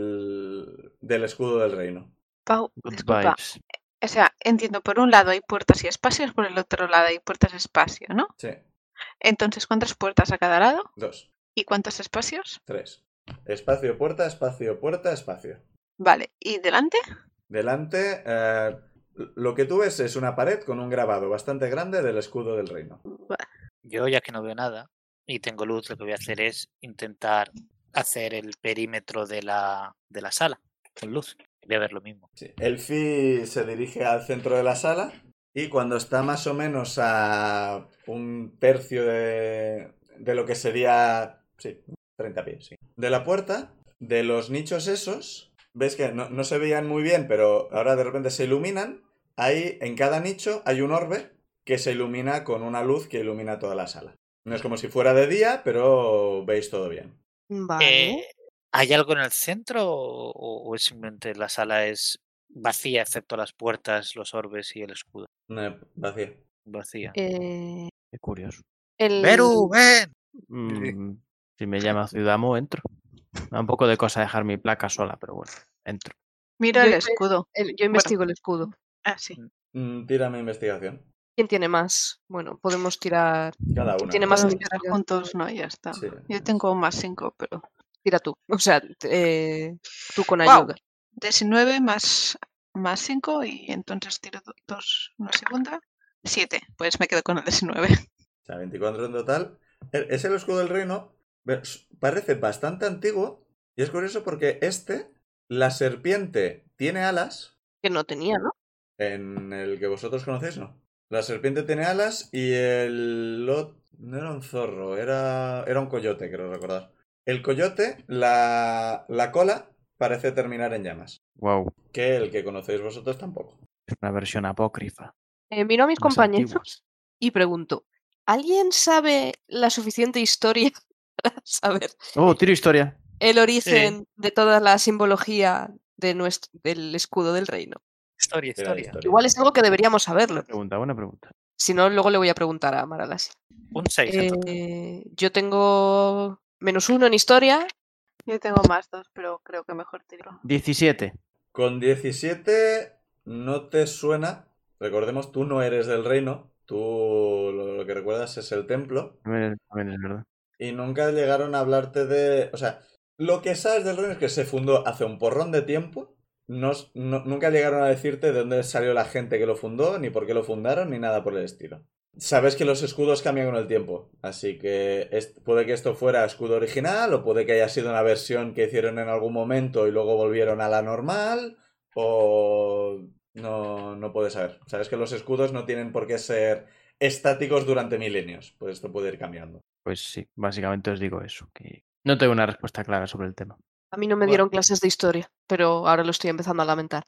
del, del escudo del reino. Pau, Good disculpa. vibes. O sea, entiendo, por un lado hay puertas y espacios, por el otro lado hay puertas y espacio, ¿no? Sí, Entonces, ¿cuántas puertas a cada lado? dos, ¿Y cuántos espacios? tres. Espacio, puerta, espacio, puerta, espacio. Vale. ¿Y delante? Delante, eh, lo que tú ves es una pared con un grabado bastante grande del escudo del reino. Buah, Yo, ya que no veo nada y tengo luz, lo que voy a hacer es intentar hacer el perímetro de la, de la sala con luz. Voy a ver lo mismo. Sí, Elfi se dirige al centro de la sala y cuando está más o menos a un tercio de, de lo que sería... Sí, 30 pies, sí. De la puerta, de los nichos esos, ves que no, no se veían muy bien, pero ahora de repente se iluminan. Ahí, en cada nicho, hay un orbe que se ilumina con una luz que ilumina toda la sala. No es como si fuera de día, pero veis todo bien. vale. Eh, ¿Hay algo en el centro o, o- o es simplemente la sala es vacía excepto las puertas, los orbes y el escudo? No, vacía. Vacía. Eh, Qué curioso. el- ¡Beru, ven! sí. Mm, si me llama Ciudadamo, entro. Me da un poco de cosa dejar mi placa sola, pero bueno, entro. Miro Yo el iba a- escudo. el- yo investigo el escudo. Ah, sí. Mm, tírame investigación. ¿Quién tiene más? Bueno, podemos tirar. Cada uno. Tiene más Podemos investigación. tirar juntos, no, ya está. Sí. Yo tengo más 5, pero. Tira tú. O sea, t- eh, tú con Guau. ayuda. 19 más, más 5 y entonces tiro 2, una segunda. 7, pues me quedo con el 19. O sea, 24 en total. E- Es el escudo del reino. pero s- Parece bastante antiguo. Y es curioso porque este, la serpiente, tiene alas. Que no tenía, ¿no? En el que vosotros conocéis, ¿no? La serpiente tiene alas y el... ot- No era un zorro, era, era un coyote, creo recordar. El coyote, la, la cola, parece terminar en llamas. Wow, Que el que conocéis vosotros tampoco. es una versión apócrifa. Eh, miro a mis más compañeros antigua. y pregunto: ¿alguien sabe la suficiente historia para saber Oh, tiro historia. el origen de toda la simbología de nuestro, del escudo del reino? Historia, Era de historia. historia. Igual es algo que deberíamos saberlo. Pregunta, buena pregunta. Si no, luego le voy a preguntar a Maralasi. Un 6 en total. Eh, yo tengo menos uno en historia. Yo tengo más dos, pero creo que mejor tiro. 17. Con 17 no te suena. Recordemos, tú no eres del reino. Tú lo, lo que recuerdas es el templo. También también es verdad. Y nunca llegaron a hablarte de... O sea, lo que sabes del reino es que se fundó hace un porrón de tiempo. No s- no- nunca llegaron a decirte de dónde salió la gente que lo fundó, ni por qué lo fundaron, ni nada por el estilo. Sabes que los escudos cambian con el tiempo, así que es- puede que esto fuera escudo original, o puede que haya sido una versión que hicieron en algún momento y luego volvieron a la normal, o no, no puedes saber. Sabes que los escudos no tienen por qué ser estáticos durante milenios, pues esto puede ir cambiando. Pues sí, básicamente os digo eso. Que no tengo una respuesta clara sobre el tema. A mí no me Bueno. dieron clases de historia, pero ahora lo estoy empezando a lamentar.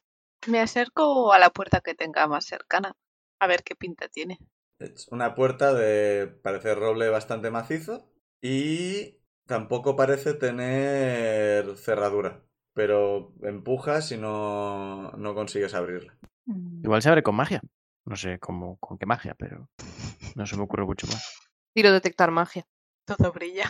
Me acerco a la puerta que tenga más cercana. A ver qué pinta tiene. Es una puerta de, parece roble bastante macizo y tampoco parece tener cerradura, pero empujas y no, no consigues abrirla. Mm. Igual se abre con magia. No sé cómo, con qué magia, pero no se me ocurre mucho más. Tiro detectar magia. Todo brilla.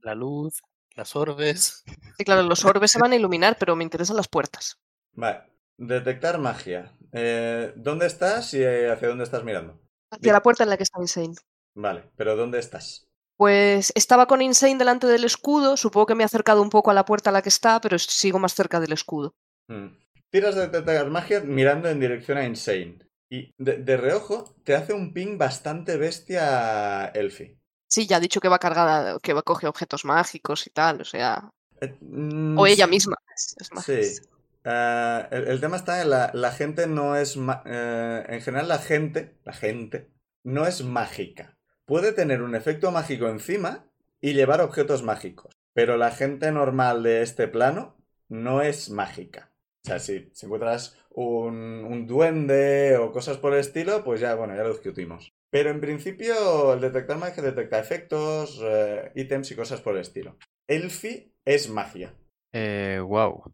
La luz, las orbes. Y claro, los orbes se van a iluminar, pero me interesan las puertas. Vale, detectar magia. Eh, ¿dónde estás y eh, hacia dónde estás mirando? Hacia Bien. la puerta en la que está Insane. Vale, pero ¿dónde estás? Pues estaba con Insane delante del escudo, supongo que me he acercado un poco a la puerta a la que está, pero sigo más cerca del escudo. Mm. Tiras de detectar magia mirando en dirección a Insane. Y de, de reojo te hace un ping bastante bestia Elfie. Sí, ya ha dicho que va cargada, que va, coge objetos mágicos y tal, o sea, Eh, mm, o ella sí. misma. es- es magia. Sí. Ah, el, el tema está en la, la gente no es... ma- eh, en general la gente, la gente, no es mágica. Puede tener un efecto mágico encima y llevar objetos mágicos. Pero la gente normal de este plano no es mágica. O sea, si, si encuentras un, un duende o cosas por el estilo, pues ya, bueno, ya lo discutimos. Pero en principio el detectar magia detecta efectos, eh, ítems y cosas por el estilo. Elfi es magia. Eh, wow.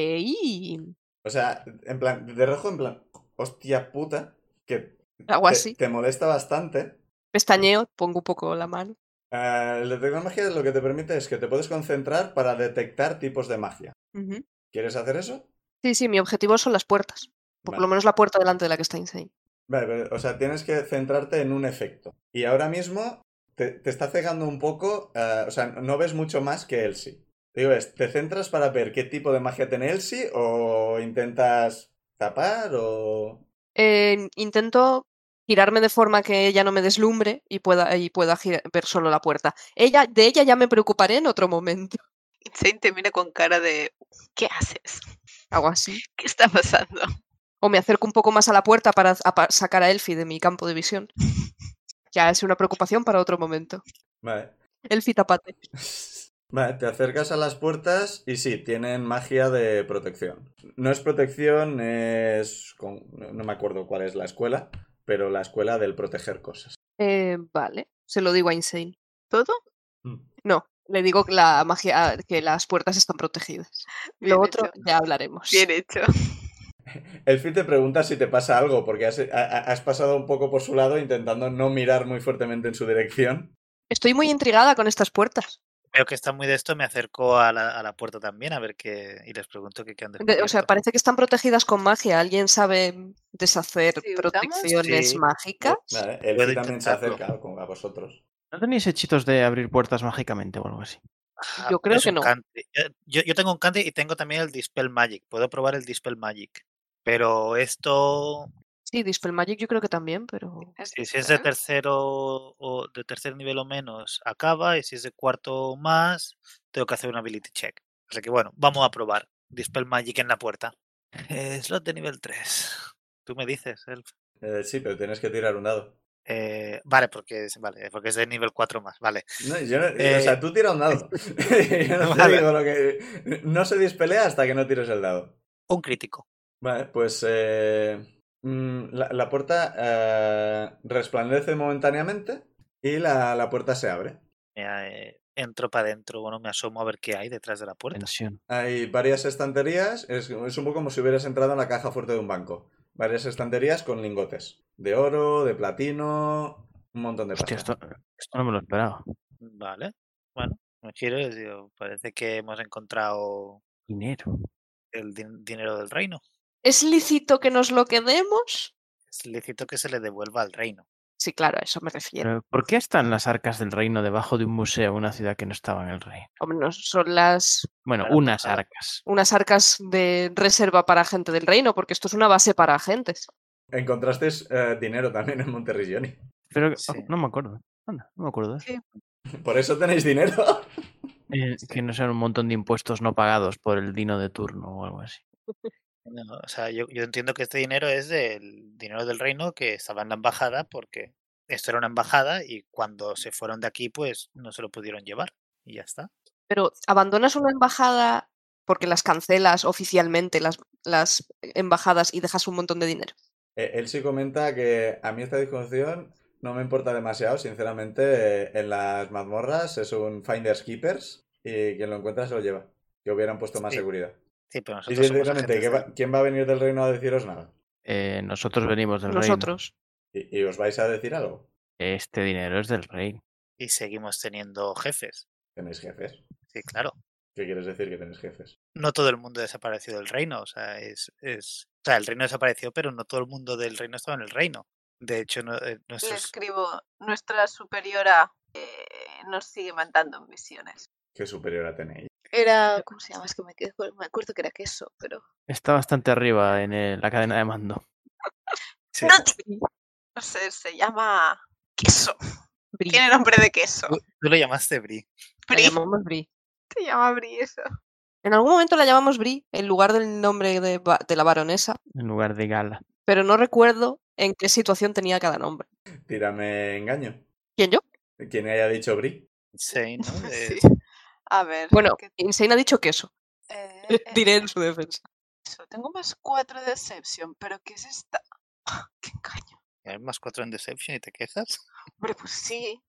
Ok. O sea, en plan, de rojo, en plan, hostia puta, que Hago te, así. te molesta bastante. Pestañeo, pongo un poco la mano. Eh, el detector de magia lo que te permite es que te puedes concentrar para detectar tipos de magia. Ujú. ¿Quieres hacer eso? Sí, sí, mi objetivo son las puertas. Por Vale. lo menos la puerta delante de la que está Insane. Vale, pero, o sea, tienes que centrarte en un efecto. Y ahora mismo te, te está cegando un poco, eh, o sea, no ves mucho más que Elsie. Digo, es, ¿te centras para ver qué tipo de magia tiene Elsie o intentas tapar o...? Eh, intento girarme de forma que ella no me deslumbre y pueda, y pueda gira- ver solo la puerta. Ella, de ella ya me preocuparé en otro momento. Insane te mira con cara de ¿qué haces? Hago así. ¿Qué está pasando? O me acerco un poco más a la puerta para a pa- sacar a Elfi de mi campo de visión. Ya es una preocupación para otro momento. Vale. Elfi, tapate. Vale, te acercas a las puertas y sí, tienen magia de protección. No es protección, es... con- no no me acuerdo cuál es la escuela, pero la escuela del proteger cosas. Eh, vale, se lo digo a Insane. ¿Todo? Hmm. No, le digo que la magia, que las puertas están protegidas. Bien Lo otro hecho. ya hablaremos. Bien hecho. El feed te pregunta si te pasa algo, porque has, ha- has pasado un poco por su lado intentando no mirar muy fuertemente en su dirección. Estoy muy intrigada con estas puertas. Veo que está muy de esto, me acerco a la, a la puerta también a ver qué. Y les pregunto qué qué han De- o sea, descubierto. parece que están protegidas con magia. ¿Alguien sabe deshacer Sí, ¿usamos? protecciones Sí. mágicas? Vale, el Puedo feed también se intentarlo. acerca con- a vosotros. ¿No tenéis hechizos de abrir puertas mágicamente o algo así? Ah, yo creo es que un no. cante. Yo- Yo, yo tengo un cante y tengo también el Dispel Magic. Puedo probar el Dispel Magic. Pero esto, Sí, Dispel Magic yo creo que también, pero... si si es de tercero o de tercer nivel o menos, acaba. Y si es de cuarto o más, tengo que hacer un ability check. Así que bueno, vamos a probar. Dispel Magic en la puerta. Eh, slot de nivel 3. Tú me dices, Elf. Eh, sí, pero tienes que tirar un dado. Eh, vale, porque es, vale, eh, porque es de nivel 4 más, vale. No, yo no- Eh, O sea, tú tira un dado. Yo no, te Vale. digo lo que- no se dispelea hasta que no tires el dado. Un crítico. Vale, pues eh, mm, la, la puerta eh, resplandece momentáneamente y la, la puerta se abre. Mira, eh, entro para adentro, bueno, me asomo a ver qué hay detrás de la puerta. Tensión. Hay varias estanterías, es, es un poco como si hubieras entrado en la caja fuerte de un banco. Varias estanterías con lingotes. De oro, de platino, un montón de pasta. Hostia, esto, esto no me lo esperaba. Vale, bueno, me giro y digo, parece que hemos encontrado Dinero. el din- dinero del reino. ¿Es lícito que nos lo quedemos? Es lícito que se le devuelva al reino. Sí, claro, a eso me refiero. Pero, ¿Por qué están las arcas del reino debajo de un museo, una ciudad que no estaba en el reino? Hombre, no son las Bueno, Claro, unas claro. arcas. unas arcas de reserva para gente del reino, porque esto es una base para agentes. Encontrasteis eh, dinero también en Monterrilloni. Pero oh, Sí. no me acuerdo. Anda, no me acuerdo. de eso. Por eso tenéis dinero. Eh, Que no sean un montón de impuestos no pagados por el dino de turno o algo así. No, o sea, yo, yo entiendo que este dinero es del dinero del reino que estaba en la embajada porque esto era una embajada y cuando se fueron de aquí pues no se lo pudieron llevar y ya está. Pero abandonas una embajada porque las cancelas oficialmente, las, las embajadas, y dejas un montón de dinero. Eh, él sí comenta que a mí esta discusión no me importa demasiado, sinceramente. eh, en las mazmorras es un Finders Keepers y quien lo encuentra se lo lleva. Que hubieran puesto más Sí. seguridad. Sí, pero Y nosotros somos sinceramente, agentes ¿qué del- va- ¿quién va a venir del reino a deciros nada? Eh, nosotros venimos del reino. Nosotros. ¿Y, y os vais a decir algo? Este dinero es del reino. y seguimos teniendo jefes. Tenéis jefes. Sí, claro. ¿Qué quieres decir que tenéis jefes? No todo el mundo desapareció del reino. O sea, es, es, o sea, el reino desapareció, pero no todo el mundo del reino estaba en el reino. De hecho, no, eh, Le nuestros- escribo, nuestra superiora eh, nos sigue mandando misiones. ¿Qué superiora tenéis? Era, ¿cómo se llama? Es que me, quedé con- me acuerdo que era queso, pero... Está bastante arriba en el- la cadena de mando. Sí. No, ti- no sé, se llama queso. Bri. Tiene nombre de queso. Tú, tú lo llamaste Bri. La Bri. llamamos Bri. Se llama Bri eso. En algún momento la llamamos Bri, en lugar del nombre de, ba- de la baronesa, En lugar de gala. pero no recuerdo en qué situación tenía cada nombre. Tírame engaño. ¿Quién yo? Quien haya dicho Bri. Insane, ¿no? Eh, Sí. Es- A ver. Bueno, ¿qué- Insane ha dicho queso. eh, Diré eh, en su defensa. eso? Tengo más cuatro de Deception, pero ¿qué es esta? ¡Qué engaño! Tienes más cuatro en Deception y te quejas. Hombre, pues sí.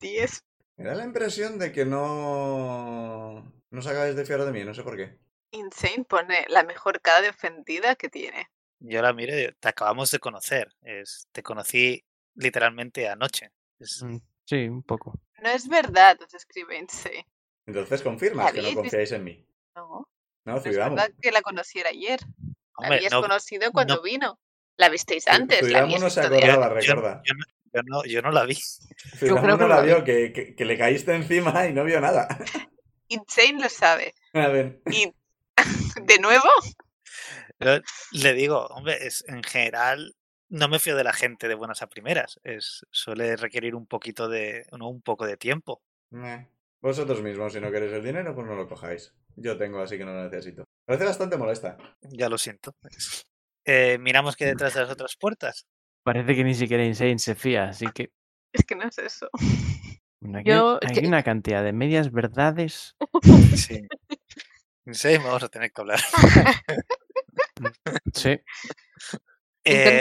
Diez. Me da la impresión de que no... No os acabáis de fiar de mí, no sé por qué. Insane pone la mejor cara de ofendida que tiene. Yo la miro y digo, te acabamos de conocer. Es, te conocí literalmente anoche. Es- Mm, Sí, un poco. No es verdad, os escribe Insane. Entonces confirmas que no David, pues confiáis en mí. No, No, no es Zuidamo. verdad que la conociera ayer. La hombre, habías no, conocido cuando no. vino. La visteis pues antes, la Zuidamo habías no se visto de acordaba, antes. recuerda. yo, no- yo no, yo no la vi. Zuidamo creo que no no la la vi. vio, que, que- que le caíste encima y no vio nada. Insane lo sabe. A ver, Y de nuevo, Yo le digo, hombre, es, en general no me fío de la gente de buenas a primeras. Es, suele requerir un poquito de, no, un poco de tiempo. meh. vosotros mismos, si no queréis el dinero, pues no lo cojáis. Yo tengo, así que no lo necesito. Parece bastante molesta. Ya lo siento. Eh, miramos que detrás de las otras puertas. Parece que ni siquiera Insane se fía, así que. es que no es eso. Bueno, aquí Yo- es hay que- una cantidad de medias verdades. Sí. Sí, vamos a tener que hablar. Sí. Eh,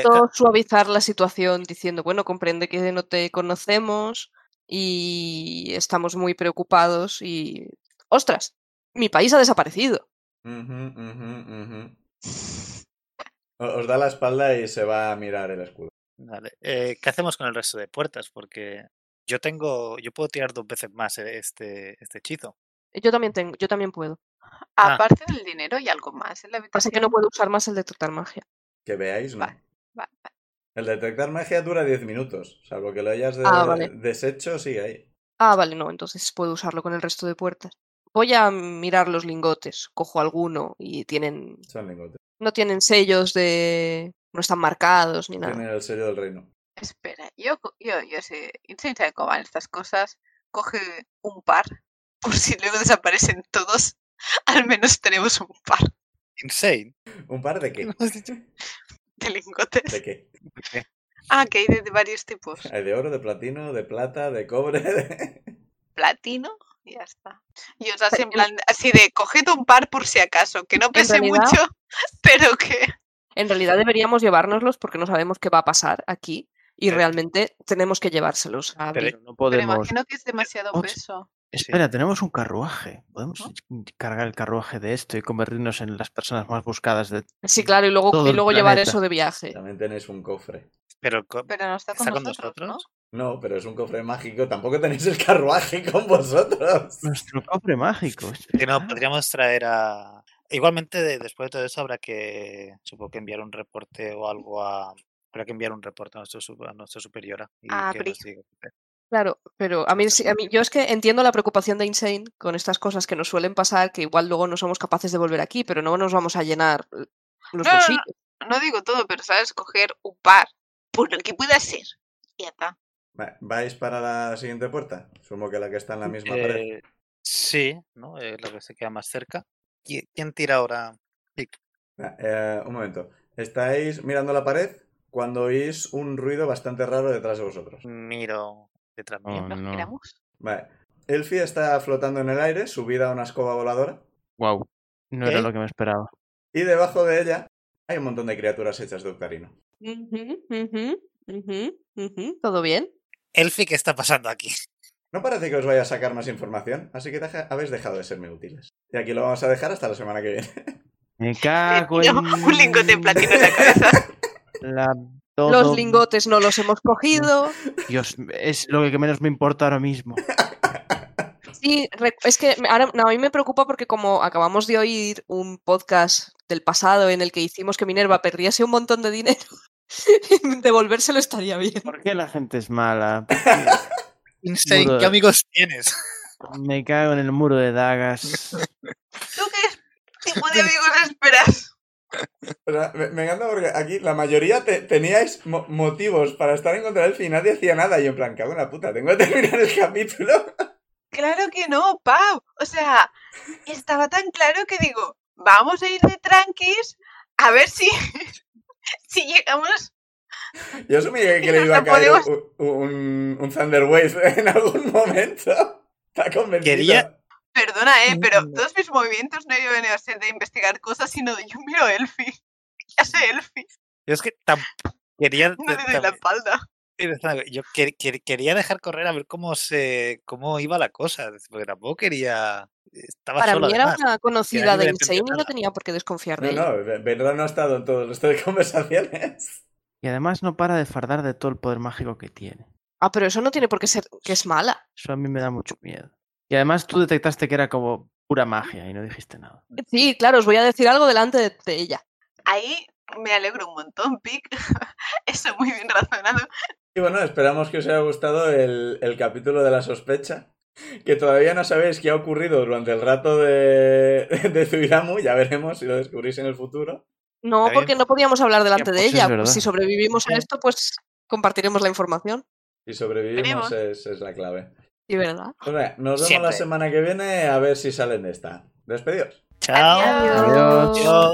Intento suavizar la situación diciendo, bueno, comprende que no te conocemos y estamos muy preocupados y... ¡Ostras! Mi país ha desaparecido. Ujú, ujú, ujú. O- Os da la espalda y se va a mirar el escudo. Vale. eh, ¿Qué hacemos con el resto de puertas? Porque yo tengo, yo puedo tirar dos veces más eh, este, este hechizo. Yo también tengo, yo también puedo. Ah. Aparte del dinero y algo más en la Pasa habitación. que no puedo usar más el detectar magia. Que veáis, ¿no? Vale, vale, El detectar magia dura 10 minutos, salvo que lo hayas de- Ah, vale. deshecho, sigue ahí. Ah, vale, no, entonces puedo usarlo con el resto de puertas. Voy a mirar los lingotes, cojo alguno y tienen Son lingotes. no tienen sellos de no están marcados ni nada. Tienen el sello del reino. Espera, yo, co- yo, yo sé, sé sabe cómo van estas cosas. Coge un par, por si luego desaparecen todos, al menos tenemos un par Insane. ¿Un par de qué? has dicho? de lingotes. ¿De qué? Ah, que hay de, de varios tipos. Hay de oro, de platino, de plata, de cobre. de- Platino y ya está. Y os hace en Pero yo no- plan, así de, coged un par por si acaso, que no pese realidad- mucho, pero que... En realidad deberíamos llevárnoslos porque no sabemos qué va a pasar aquí y Pero- realmente tenemos que llevárselos. a Pero- Bill. Pero no Pero podemos. imagino que es demasiado Ocho. peso. Espera, tenemos un carruaje. Podemos cargar el carruaje de esto y convertirnos en las personas más buscadas de. Sí, claro, y luego, Todo y el luego llevar planeta. eso de viaje. También tenéis un cofre. Pero, co- Pero no está con, ¿está con nosotros, ¿no? nosotros? No, pero es un cofre mágico. Tampoco tenéis el carruaje con vosotros. Nuestro cofre mágico. es Que no, Ah. verdad. podríamos traer a. Igualmente, de- después de todo eso, habrá que, supongo que enviar un reporte o algo a. Habrá que enviar un reporte a nuestro, su- a nuestro superiora. Y A que Bri. nos diga qué hacer. Claro, pero a Sí, mí, sí, sí- sí. a mí- yo es que entiendo la preocupación de Insane con estas cosas que nos suelen pasar, que igual luego no somos capaces de volver aquí, pero no nos vamos a llenar eh, No, los no, no. bolsillos. No digo todo, pero sabes coger un par por lo que pueda ser. Y ya está. Va- ¿Vais para la siguiente puerta? Sumo que la que está en la misma pared. Eh, sí, ¿no? Eh, lo que se queda más cerca. ¿Qui- ¿Quién tira ahora? Ah, eh, un momento. Estáis mirando la pared cuando oís un ruido bastante raro detrás de vosotros. Miro detrás mío. Oh, Nos no. giramos. Vale. Elfie está flotando en el aire, subida a una escoba voladora. Guau, No era ¿Eh? lo que me esperaba. Y debajo de ella hay un montón de criaturas hechas de octarino. Ujú, ujú, ujú, ujú, ¿Todo bien? Elfi, ¿qué está pasando aquí? No parece que os vaya a sacar más información, así que deja- habéis dejado de serme útiles. Y aquí lo vamos a dejar hasta la semana que viene. Me Le cago tiro en. un lingote platino en la cabeza. la- todo- Los lingotes no los hemos cogido. Dios, es lo que menos me importa ahora mismo. Sí, re- es que me- ahora no, a mí me preocupa porque como acabamos de oír un podcast del pasado en el que hicimos que Minerva perdiese un montón de dinero, devolvérselo estaría bien. ¿Por qué la gente es mala? Insane, ¿qué Bruder. amigos tienes? Me cago en el muro de dagas. ¿Tú qué tipo de amigos esperas? O sea, me, me encanta porque aquí la mayoría te- teníais mo- motivos para estar en contra del fin, nadie hacía nada. Y yo en plan, cago en la puta, tengo que terminar el capítulo. Claro que no, Pau. O sea, estaba tan claro que digo, vamos a ir de tranquis a ver si, si llegamos. Yo asumí que, que No le iba a te caer podemos- un, un, un Thunder Wave en algún momento. Está convencido. Quería- Perdona, eh, pero Mm. todos mis movimientos no iban a ser de investigar cosas, sino de yo miro a Elfi. Ya sé, Elfi, Yo es que tam- quería. no le tam- doy la espalda. Mira, Zanaga, Yo que- que- quería dejar correr a ver cómo se cómo iba la cosa, porque tampoco quería. Estaba Para solo mí era además. una conocida de divertido Insane y no tratarla. tenía por qué desconfiar de No, ella. no, verdad no ha estado en todo el resto de conversaciones. Y además no para de fardar de todo el poder mágico que tiene. Ah, pero eso no tiene por qué ser que es mala. Eso a mí me da mucho miedo. Y además tú detectaste que era como pura magia y no dijiste nada. Sí, claro, os voy a decir algo delante de, de ella. Ahí me alegro un montón, Pic. Eso muy bien razonado. Y bueno, esperamos que os haya gustado el, el capítulo de la sospecha. Que todavía no sabéis qué ha ocurrido durante el rato de, de Zuiramu. Ya veremos si lo descubrís en el futuro. No, Está bien. porque no podíamos hablar delante pues de es ella. verdad. Si sobrevivimos a Ya. esto, pues compartiremos la información. Si sobrevivimos Veremos. es, es la clave. Sí, ¿verdad? Pues venga, nos vemos Siempre. la semana que viene a ver si salen de esta. Despedidos. Chao. Adiós. Adiós. Chao.